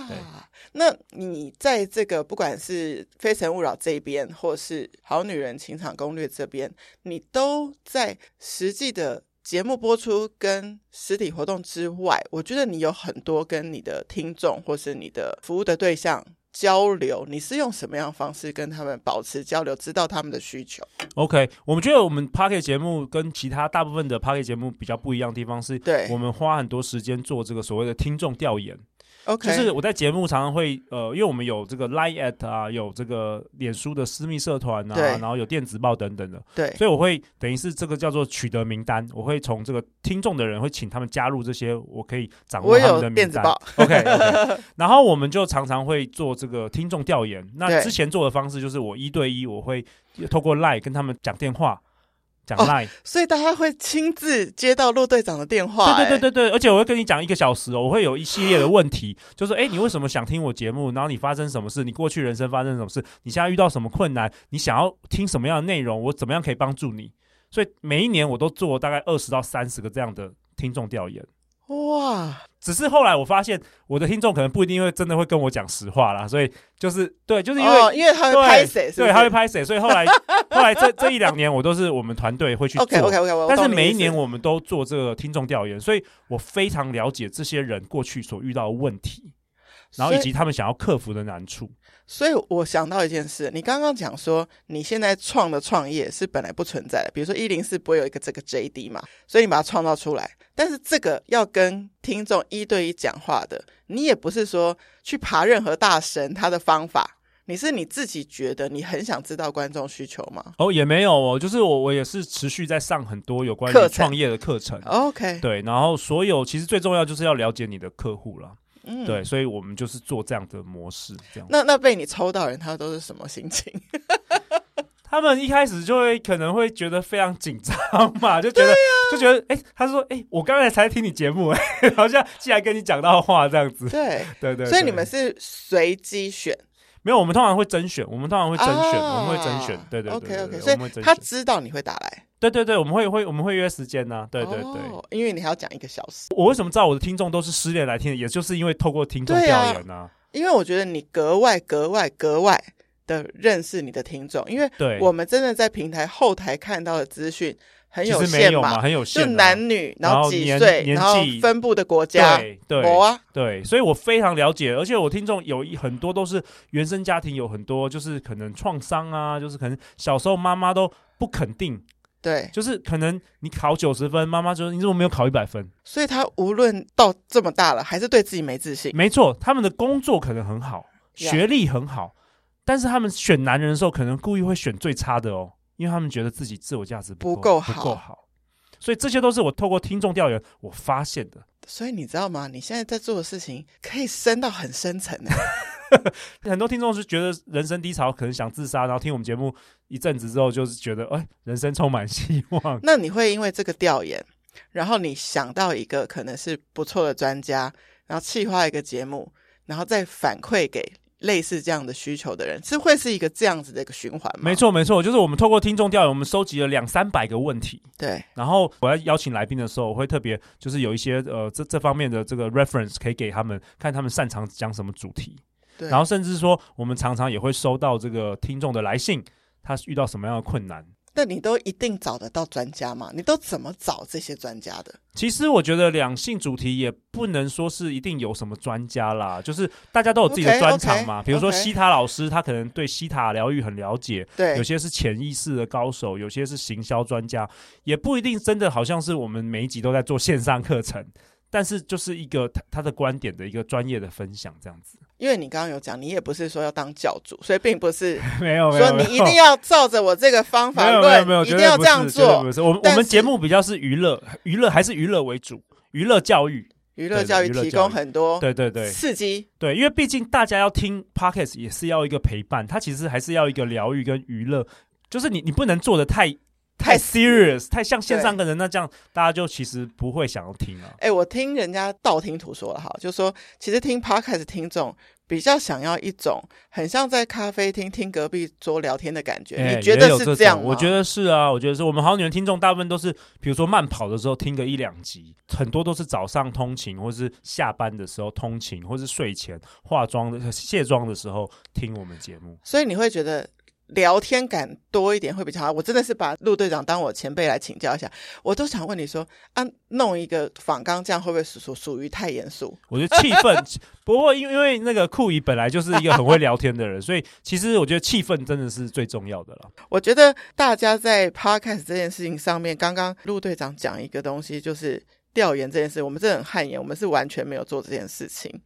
对啊？那你在这个不管是《非诚勿扰》这一边，或是《好女人情场攻略》这边，你都在实际的节目播出跟实体活动之外，我觉得你有很多跟你的听众或是你的服务的对象。交流，你是用什么样的方式跟他们保持交流，知道他们的需求？ OK，我们觉得我们 p a r k e t 节目跟其他大部分的 p a r k e t 节目比较不一样的地方是，对我们花很多时间做这个所谓的听众调研。 OK，就是我在节目常常会呃，因为我们有这个 Line at 啊，有这个脸书的私密社团啊，对然后有电子报等等的，对所以我会等于是这个叫做取得名单，我会从这个听众的人会请他们加入这些，我可以掌握我他有们的名电子单。报 OK，, o k 然后我们就常常会做这个听众调研。那对之前做的方式就是我一对一，我会透过 Line 跟他们讲电话，讲哦 Line，、所以大家会亲自接到陆队长的电话、哎对对对对对对，而且我会跟你讲一个小时哦，我会有一系列的问题，就是哎，诶你为什么想听我节目？然后你发生什么事？你过去人生发生什么事？你现在遇到什么困难？你想要听什么样的内容？我怎么样可以帮助你？所以每一年我都做大概二十到三十个这样的听众调研。对，哎哇，只是后来我发现，我的听众可能不一定会真的会跟我讲实话啦，所以就是对，就是因为、哦，因为他会对拍谁，对，他会拍谁，所以后来 后来这这一两年，我都是我们团队会去做。 OK OK OK，我但是懂你每一意思年我们都做这个听众调研，所以我非常了解这些人过去所遇到的问题，然后以及他们想要克服的难处。所以，所以我想到一件事，你刚刚讲说你现在创的创业是本来不存在的，比如说一零四不会有一个这个 JD 嘛，所以你把它创造出来，但是这个要跟听众一对一讲话的，你也不是说去爬任何大神他的方法。你是你自己觉得你很想知道观众需求吗哦，也没有哦，就是我我也是持续在上很多有关课于程哦创业的课程。 ？OK，对，然后所有其实最重要就是要了解你的客户啦。嗯对，所以我们就是做这样的模式，这样。那那被你抽到的人，他都是什么心情？ 他们一开始就会可能会觉得非常紧张嘛， 就觉得、就觉得，哎、他说，哎、我刚才才听你节目、哎， 好像竟然跟你讲到话这样子，对，对对所以对你们是随机选，没有，我们通常会甄选，我们通常会甄选，啊我们会甄选，对对对 OK 对 OK，对所我们会以甄他选，知道你会打来，对对对，我们会会我们会约时间呐、对对对。哦，因为你还要讲一个小时，我为什么知道我的听众都是失恋来听的，也就是因为透过听众对啊调研呐、因为我觉得你格外格外格外的认识你的听众，因为对，我们真的在平台后台看到的资讯很其实没限有嘛，嘛，很有就限、啊，男女，然后后几年岁，年然后纪分布的国家，对对我啊，对，所以我非常了解，而且我听众有一很多都是原生家庭有很多就是可能创伤啊，就是可能小时候妈妈都不肯定，对，就是可能你考九十分，妈妈就说你怎么没有考一百分？所以他无论到这么大了，还是对自己没自信，没错，他们的工作可能很好， Yeah 学历很好，但是他们选男人的时候，可能故意会选最差的哦，因为他们觉得自己自我价值不不够不好够好。所以这些都是我透过听众调研我发现的，所以你知道吗？你现在在做的事情可以深到很深层的，很多听众是觉得人生低潮，可能想自杀，然后听我们节目一阵子之后，就是觉得哎，人生充满希 望。那你会因为这个调研，然后你想到一个可能是不错的专家，然后企划一个节目，然后再反馈给类似这样的需求的人，是会是一个这样子的一个循环吗？没，错，没错，就是我们透过听众调研，我们收集了两三百个问题，对，然后我要邀请来宾的时候，我会特别就是有一些呃这这方面的这个 reference 可以给他们，看他们擅长讲什么主题。对然后甚至说，我们常常也会收到这个听众的来信，他遇到什么样的困难。那你都一定找得到专家吗？你都怎么找这些专家的？其实我觉得两性主题也不能说是一定有什么专家啦，就是大家都有自己的 OK，专长 OK，嘛。比如说 OK 西塔老师，他可能对西塔疗愈很了解，有对，些是潜意识的高手，有些是行销专家，也不一定真的好像是我们每一集都在做线上课程，但是就是一个他他的观点的一个专业的分享 这样子。因为你刚刚有讲，你也不是说要当教主，所以并不是没有， 没说有，你没一有定要照着我这个方没法有没有没有，论，一绝定对要不这是样绝对做不。是，我们我但们节是目比较是娱乐，娱乐还是娱乐为主，娱乐教育。娱乐对的教育娱乐提教供育很多对对对刺激，对，因为毕竟大家要听 podcast 也是要一个陪伴，它其实还是要一个疗愈跟娱乐，就是你你不能做的太太太 serious，太像线对上跟人，那这样大家就其实不会想要听啊。哎、我听人家道听途说了哈，就说其实听 podcast 听众比较想要一种很像在咖啡厅听隔壁桌聊天的感觉，哎你觉也得有是这这样种吗？我觉得是啊，我觉得是我们好女人听众大部分都是，比如说慢跑的时候听个一两集，很多都是早上通勤，或是下班的时候通勤，或是睡前化妆的呃卸妆的时候听我们节目。所以你会觉得聊天感多一点会比较好。我真的是把陆队长当我前辈来请教一下，我都想问你说啊，弄一个仿纲这样会不会属属属于太严肃？我觉得气 氛，不过因为因为那个酷姨本来就是一个很会聊天的人，所以其实我觉得气氛真的是最重要的了。我觉得大家在 podcast 这件事情上面，刚刚陆队长讲一个东西，就是调研这件事，我们真的很汗颜，我们是完全没有做这件事情。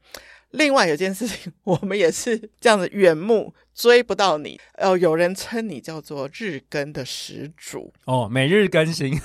另外有件事情， 我们也是这样子远目追不到你，呃，有人称你叫做日更的始祖，哦，每日更新，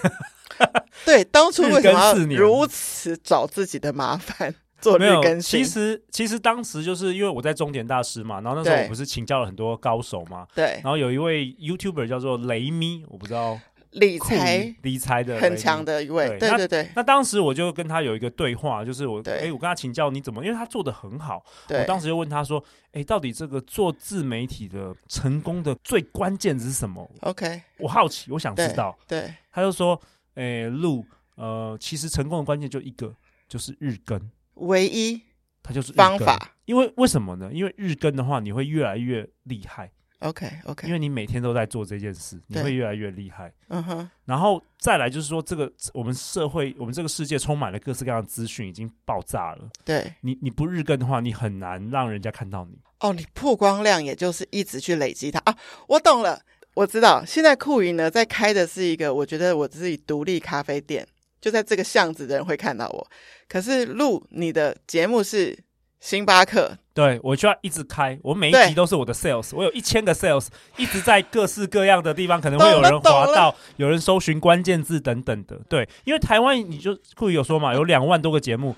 对，当初为什么要日更四年如此找自己的麻 烦做没日有更新？其实其实当时就是因为我在终点大师嘛，然后那时候对我不是请教了很多高手嘛，对然后有一位 YouTuber 叫做雷咪，我不知道理酷财理财的很强的。的一位，对对那对对那当时我就跟他有一个对话，就是我对哎、我跟他请教你怎么，因为他做的很好，我对，当时就问他说，哎、到底这个做自媒体的成功的最关键是什么？ OK，我好奇，我想知对道。对他就说，哎、路，呃，其实成功的关键就一个，就是日更，唯一它就是日方更。法因为为什么呢？因为日更的话，你会越来越厉害， OK 因 OK，为你每天都在做这件事，你对会越来越厉害。嗯哼，然后再来就是说，这个我们社会，我们这个世界充满了各式各样的资讯，已经爆炸了。对你你不日更的话，你很难让人家看到你。哦，你曝光量也就是一直去累积它啊，我懂了。我知道，现在酷云呢在开的是一个，我觉得我自己独立咖啡店，就在这个巷子的人会看到我。可是录你的节目是星巴克，对我就要一直开，我每一对集都是我的 sales，我有一千个 sales，一直在各式各样的地方，可能会有人懂了滑懂了到，有人搜寻关键字等等的。对，因为台湾你就库里有说嗯嘛，有两万多个节目。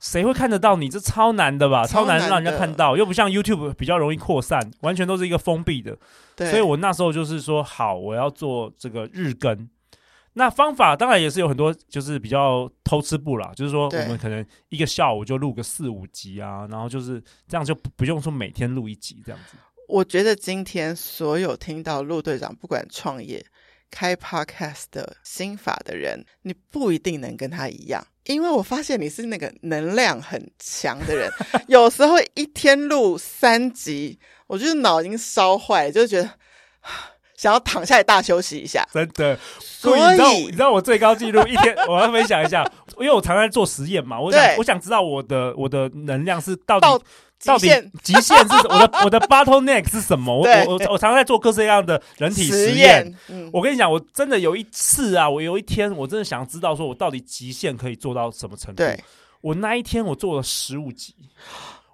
谁会看得到你？这超难的吧？超超难难的让人家看到，又不像 YouTube 比较容易扩散，完全都是一个封闭的。对，所以我那时候就是说，好，我要做这个日更。那方法当然也是有很多，就是比较偷吃步啦，就是说对我们可能一个下午就录个四五集啊，然后就是这样就不不用说每天录一集这样子。我觉得今天所有听到陆队长不管创业、开 podcast 的心法的人，你不一定能跟他一样，因为我发现你是那个能量很强的 人，有时候一天录三集，我就是脑已经烧坏了，就觉得 啊想要躺下来大休息一下。真的，所所以你知道你以知道我最高纪录一天，我要分享 一下，因为我常常在做实验嘛，我想对我想知道我的我的能量是到底到到极底限极限是什我的我的 bottleneck 是什么？我 对我我我常常在做各式各样的人体实实验，，嗯，我跟你讲，我真的有一次啊，我有一天我真的想知道，说我到底极限可以做到什么程度。对，我那一天我做了十五集，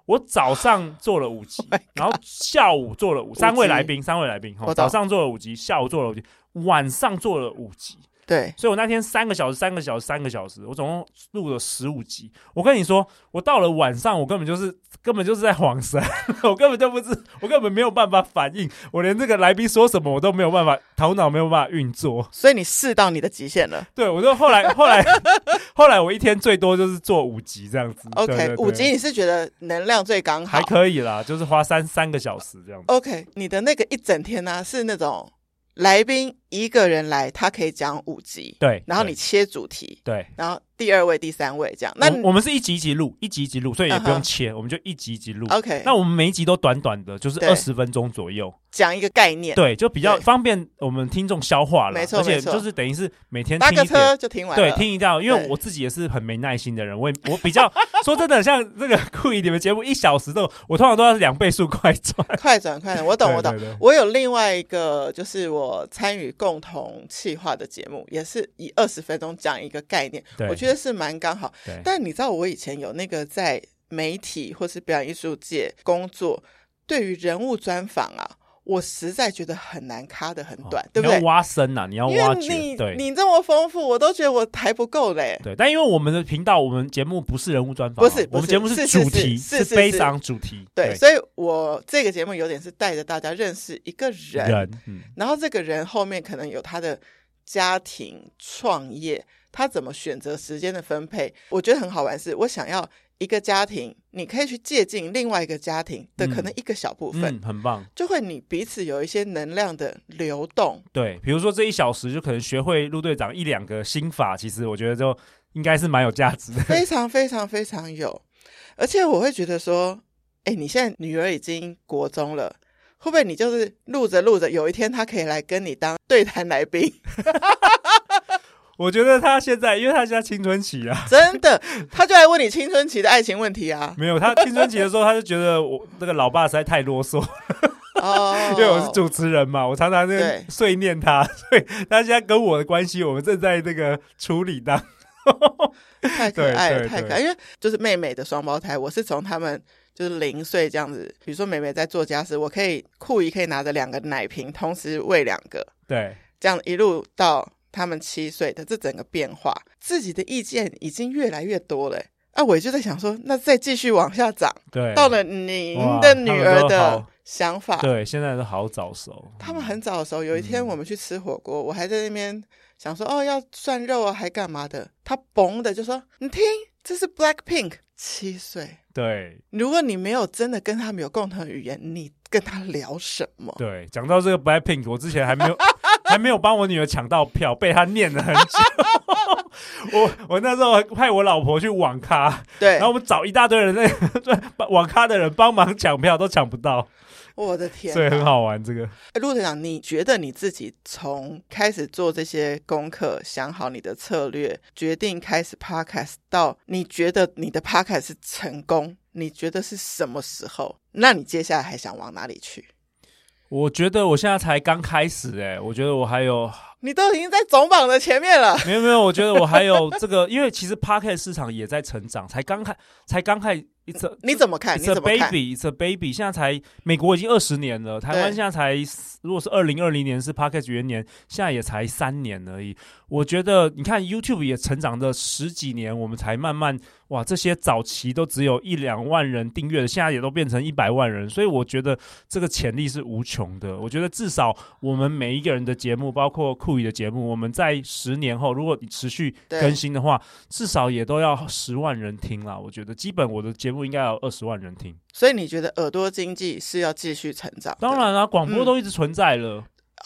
我早上做了五集，Oh 然后下午做了五，集三位来宾，三位来宾哈，我懂早上做了五集，下午做了五集，晚上做了五集，对，所以我那天三个小时，三个小时，三个小时，我总共录了十五集。我跟你说，我到了晚上，我根本就是根本就是在晃神， 我根本就不知，我根本没有办法反应，我连这个来宾说什么我都没有办法，头脑没有办法运作。所以你试到你的极限了。对，我就后来后来 后来我一天最多就是做五集这样子。对 OK，对对五集你是觉得能量最刚好还，可以啦，就是花三三个小时这样子。 OK，你的那个一整天呢、是那种来宾一个人来，他可以讲五集，对，然后对你切主题，对。然后第二位、第三位这样。那我你我们是一集一集录，一集一集录，所以也嗯不用哼切，我们就一集一集录。 OK，那我们每一集都短短的，就是对二十分钟左右。讲一个概念，对，就比较对方便我们听众消化了，没错而且没错就是等于是每天搭听个一点。车嗯就听完对了，，听一下，因为对我自己也是很没耐心的人，我也我比 较说真的，像这个酷姨你们节目一小时都，我通常都要两倍速快转。快转快转，我 懂我懂。对对对我有另外一个，就是我参与共同企划的节目，也是以二十分钟讲一个概念，对我觉得是蛮刚好。对但你知道，我以前有那个在媒体或是表演艺术界工作，对于人物专访啊，我实在觉得很难卡的很哦短，对不对你要？挖深啊呐、你要因挖为掘，你对你这么丰富，我都觉得我还不够嘞。对。但因为我们的频道，我们节目不是人物专访啊，不是不我们是节目是是主题，是是是悲伤主题，对，所以我这个节目有点是带着大家认识一个人，人，嗯，然后这个人后面可能有他的家庭、创业，他怎么选择时间的分配。我觉得很好玩是，我想要一个家庭，你可以去借鉴另外一个家庭的嗯可能一个小部分，嗯，很棒。就会你彼此有一些能量的流 动。对，比如说这一小时就可能学会陆队长一两个心法，其实我觉得就应该是蛮有价值的。 非常非常非常有。而且我会觉得说，哎，你现在女儿已经国中了，会不会你就是录着录着，有一天她可以来跟你当对谈来 宾？我觉得他现在，因为他现在青春期啊，真的，她就来问你青春期的爱情问题啊！没 有他青春期的时候，他就觉得我那个老爸实在太啰嗦，哦， 因为我是主持人嘛，我常常在对碎念他，所以他现在跟我的关系，我们正在这个处理当。太可爱对对了，太可爱。因为就是妹妹的双胞胎，我是从他们就是零岁这样子，比如说妹妹在做家事，我可以酷姨可以拿着两个奶瓶同时喂两个，对，这样一路到他们七岁的这整个变化，自己的意见已经越来越多了欸。啊，我就在想说，那再继续往下涨，对，到了您哇的女他们儿都的好想法，对，现在都好早熟，他们很早的时候，有一天嗯我们去吃火锅，我还在那边想说，哦，要涮肉啊，还干嘛的？他嘣的就说：“你听，这是 Black Pink。”七岁，对如果你没有真的跟他们有共同语言，你跟他聊什么？对。讲到这个 Blackpink，我之前还没有还没有帮我女儿抢到票，被她念了很久。我我那时候派我老婆去网咖，对然，后我们找一大堆人在 网咖的人帮忙抢票，都抢不到，我的天所以哪，很好玩。这个哎陆队长，你觉得你自己从开始做这些功课，想好你的策略，决定开始 podcast，到你觉得你的 podcast 是成功，你觉得是什么时候？那你接下来还想往哪里去？我觉得我现在才刚开始、欸，我觉得我还 有你都已经在总榜的前面了。没有没有，我觉得我还有这个，因为其实 Pocket 市场也在成长，才刚开，才刚开一次。你怎么看？你 It's a 怎么看？ baby, it's a baby。现在才美国已经二十年了，台湾对现在才如果是二零二零年是 Pocket 元年，现在也才三年而已。我觉得你看 YouTube 也成长了十几年，我们才慢慢哇，这些早期都只有一两万人订阅的，现在也都变成一百万人，所以我觉得这个潜力是无穷的。我觉得至少我们每一个人的节目，包括酷宇的节目，我们在十年后，如果你持续对更新的话，至少也都要十万人听啦。我觉得基本我的节目应该要有二十万人听。所以你觉得耳朵经济是要继续成长？哦当、然啦、广嗯播都一直存在了。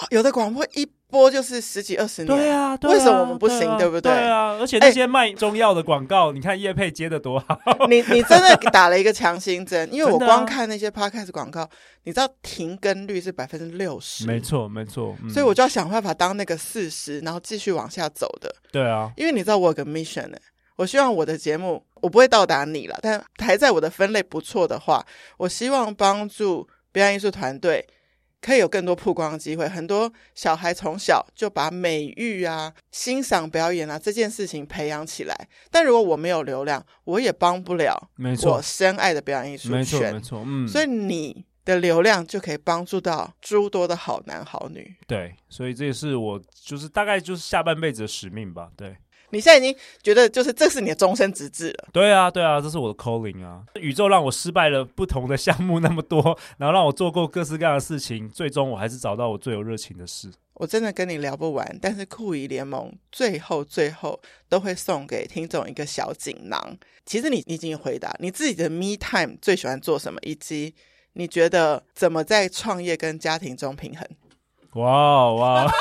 有的广播一播就是十几二十年。对啊，对嗯啊为什么我们不行啊对不哎对？对啊，而且那些卖中药的广告，你看叶佩接的多好。 你你真的打了一个强心针，因为我真的啊光看那些 podcast 广告，你知道停更率是百分之六十，没错，没错。嗯所以我就要想办法当那个四十，然后继续往下走的。对啊，因为你知道我有个 mission 呢、我希望我的节目我不会到达你了，但还在我的分类不错的话，我希望帮助表演艺术团队可以有更多曝光的机会。很多小孩从小就把美育啊、欣赏表演啊这件事情培养起来，但如果我没有流量，我也帮不了没错我，深爱的表演艺术没错，没圈。错。嗯，所以你的流量就可以帮助到诸多的好男好女。对，所以这也是我就是大概就是下半辈子的使命吧。对，你现在已经觉得就是这是你的终身职志了。对啊，对啊，这是我的 calling 啊。宇宙让我失败了不同的项目那么多，然后让我做过各式各样的事情，最终我还是找到我最有热情的事。我真的跟你聊不完，但是酷姨联盟最后最后都会送给听众一个小锦囊。其实你你已经有回答你自己的 me time 最喜欢做什么，以及你觉得怎么在创业跟家庭中平衡。哇哦哇！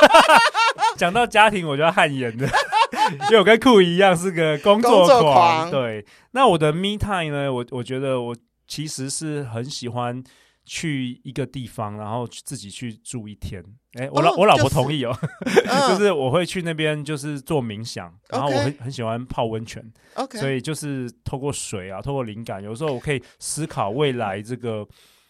讲到家庭，我就要汗颜的，因为我跟酷一样是个工作工作狂。狂对，那我的 me time 呢？我我觉得我其实是很喜欢去一个地方，然后自己去住一天。哎、我老、哦我老婆就是同意哦， 就嗯是我会去那边就是做冥想，然后我 OK 很很喜欢泡温泉，所 OK，以就是透过水啊，透过灵感，有时候我可以思考未来这个。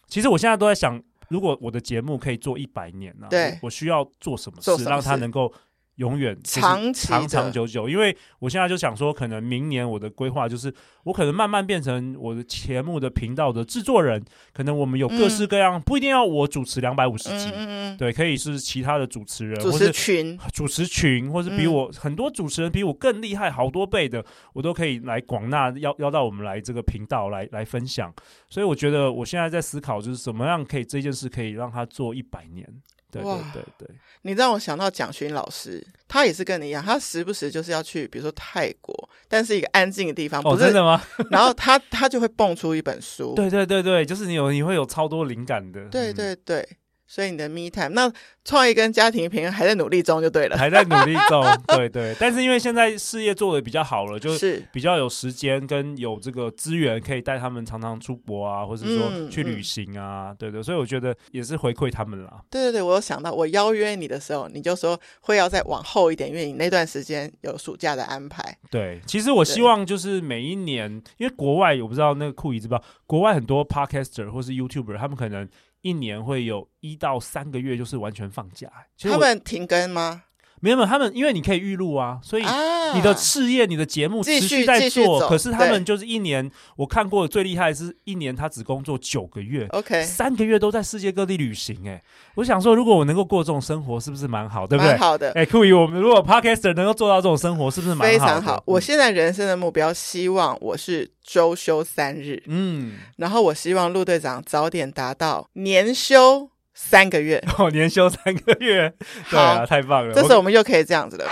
其实我现在都在想，如果我的节目可以做一百年呢、啊，对我我需要做什么做事什么让它事能够永远就是长期的长长久久。因为我现在就想说，可能明年我的规划就是，我可能慢慢变成我的节目的频道的制作人，可能我们有各式各样，不一定要我主持两百五十集。嗯嗯对，可以是其他的主持人，嗯，或主是。持群，主持群，或是比嗯我、很多主持人比我更厉害好多倍的，我都可以来广纳邀邀到我们来这个频道来来分享。所以我觉得我现在在思考，就是怎么样可以这件事可以让它做一百年。对对哇对对，你让我想到蒋勋老师，他也是跟你一样，他时不时就是要去，比如说泰国，但是一个安静的地方，哦，啊不是，真的吗？然后他他就会蹦出一本书，对对对对，就是你有你会有超多灵感的，对嗯，对对，所以你的 me time，那创业跟家庭平衡还在努力中就对了，还在努力 中，对对。但是因为现在事业做的比较好了，就是比较有时间跟有这个资源，可以带他们常常出国啊，或者说嗯去旅嗯行啊，对对。所以我觉得也是回馈他们啦。对对对，我有想到，我邀约你的时候，你就说会要再往后一点，因为你那段时间有暑假的安排，对，其实我对希望就是每一年，因为国外我不知道那个酷姨知不知道，国外很多 podcaster 或是 YouTuber，他们可能一年会有一到三个月就是完全放假。其实他我们停更吗？没有没有，他们因为你可以预录啊，所以啊，你的事业、你的节目持继续续在继续做，走可是他们对就是一年，我看过最厉害的是一年他只工作九个月。 OK，三个月都在世界各地旅行、哎，我想说，如果我能够过这种生活，是不是蛮好，对不对蛮？好的。哎、酷姨，我们如果 podcaster 能够做到这种生活，是不是蛮非好的？嗯常好，我现在人生的目标，希望我是周休三日，嗯，然后我希望陆队长早点达到年休三个月。哦，年休三个月，对啊，好太棒了！这我次我们又可以这样子了。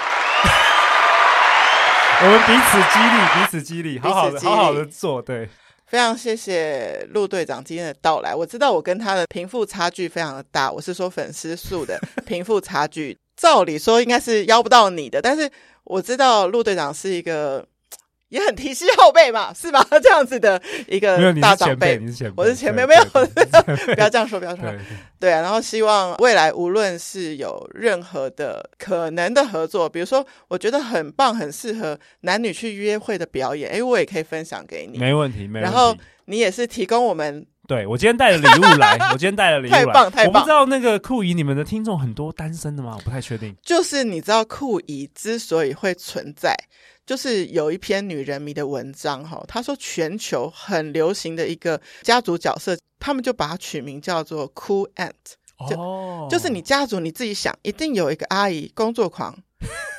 我们彼此激励，彼此激励，好好的，彼此激励好好的做，对，非常谢谢陆队长今天的到来。我知道我跟他的贫富差距非常的大，我是说粉丝数 的贫富差距，照理说应该是邀不到你的，但是我知道陆队长是一个嘖也很提膝后背嘛，是吧？ 这样子的一没有个你呃大是长前辈辈，，你是前辈，我是前辈，对没有，对对不要这样说，不要这样说对。对啊，然后希望未来无论是有任何的可能的合作，比如说我觉得很棒、很适合男女去约会的表演，诶，我也可以分享给你。没问题，没问题。然后你也是提供我们对我今天带了礼物来，我今天带了礼物来，太棒太棒我不知道那个酷姨，你们的听众很多单身的吗？我不太确定。就是你知道酷姨之所以会存在，就是有一篇女人迷的文章哈、她说全球很流行的一个家族角色，他们就把它取名叫做酷 aunt，、哦，就是你家族你自己想，一定有一个阿姨工作狂，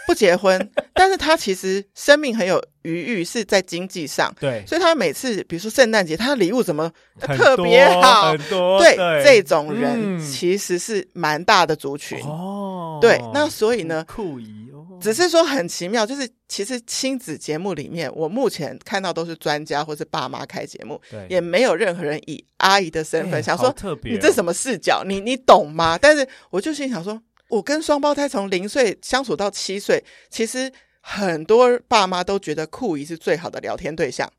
不结婚，但是她其实生命很有余裕，是在经济上。对，所以她每次，比如说圣诞节，她的礼物怎么 很特多别好很？多对，这种人哦嗯其实是蛮大的族群。哦，对，那所以呢，酷姨哦，只是说很奇妙，就是其实亲子节目里面，我目前看到都是专家或是爸妈开节目，对也没有任何人以阿姨的身份、哎想好说特别哦，你这什么视角，你你懂吗？但是我就心想说，我跟双胞胎从零岁相处到七岁，其实很多爸妈都觉得酷姨是最好的聊天对象。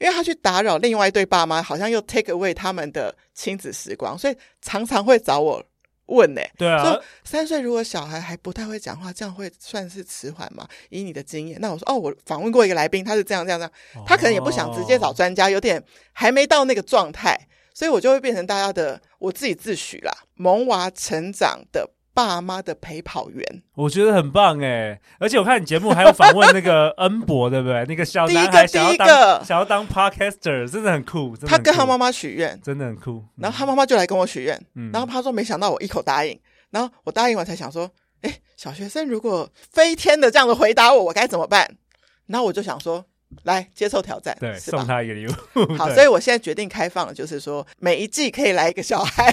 因为他去打扰另外一对爸妈，好像又 take away 他们的亲子时光，所以常常会找我问呢、对啊，说三岁如果小孩还不太会讲话，这样会算是迟缓吗？以你的经验，那我说哦，我访问过一个来宾，他是这样这样这样，他可能也不想直接找哦专家，有点还没到那个状态，所以我就会变成大家的我自己自诩啦，萌娃成长的爸妈的陪跑员。我觉得很棒哎，而且我看你节目还有访问 那个恩博，对不对？那个小第一个男孩想要第一当个想要当 podcaster，真的很酷。真的很酷他跟他妈妈许愿，真的很酷，嗯然后他妈妈就来跟我许愿，嗯然后他说没想到我一口答应，然后我答应完才想说，哎，小学生如果飞天的这样的回答我，我该怎么办？然后我就想说，来接受挑战，对是吧送？他一个礼物。好，对所以我现在决定开放了，就是说每一季可以来一个小孩。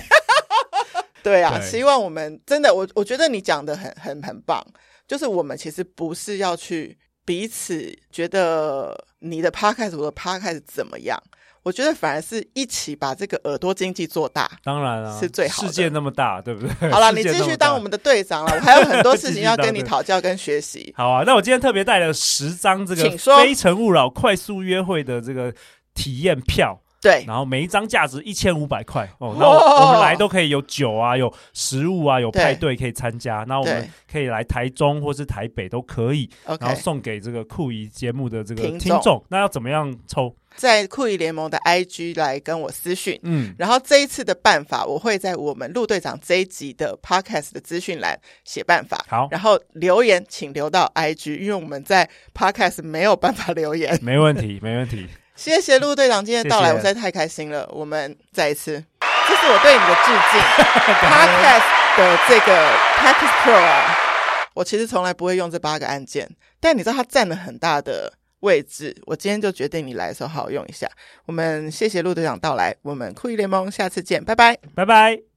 对啊，对希望我们真的，我我觉得你讲的很很很棒，就是我们其实不是要去彼此觉得你的 podcast 我的 podcast 怎么样，我觉得反而是一起把这个耳朵经济做大。当然啊，是最好的世界那么大，对不 对？好了，你世界继那么续大当我。们的队长了，我还有很多 事继情续要当跟你队讨教跟学习。好啊，那我今天特别带了十张这个请说非诚勿扰快速约会》的这个体验票。对，然后每一张价值一千五百块哦，那我我们来都可以有酒啊，有食物啊，有对派对可以参加，那我们对可以来台中或是台北都可以，然后，OK，送给这个酷姨节目的这个听听众众，那要怎么样抽？在酷艺联盟的 IG 来跟我私讯。嗯，然后这一次的办法，我会在我们陆队长这一集的 podcast 的资讯栏写办法。好然后留言请留到 IG，因为我们在 podcast 没有办法留言。没问题，没问题。谢谢陆队长今天的到来，谢我谢实在太开心了。我们再一次，这是我对你的致 敬。podcast 的这个 Podcast Pro 啊，我其实从来不会用这八个按键，但你知道它占了很大的位置。我今天就决定你来的时候好好用一下。我们谢谢陆队长到来，我们酷艺联盟下次见，拜拜。拜拜。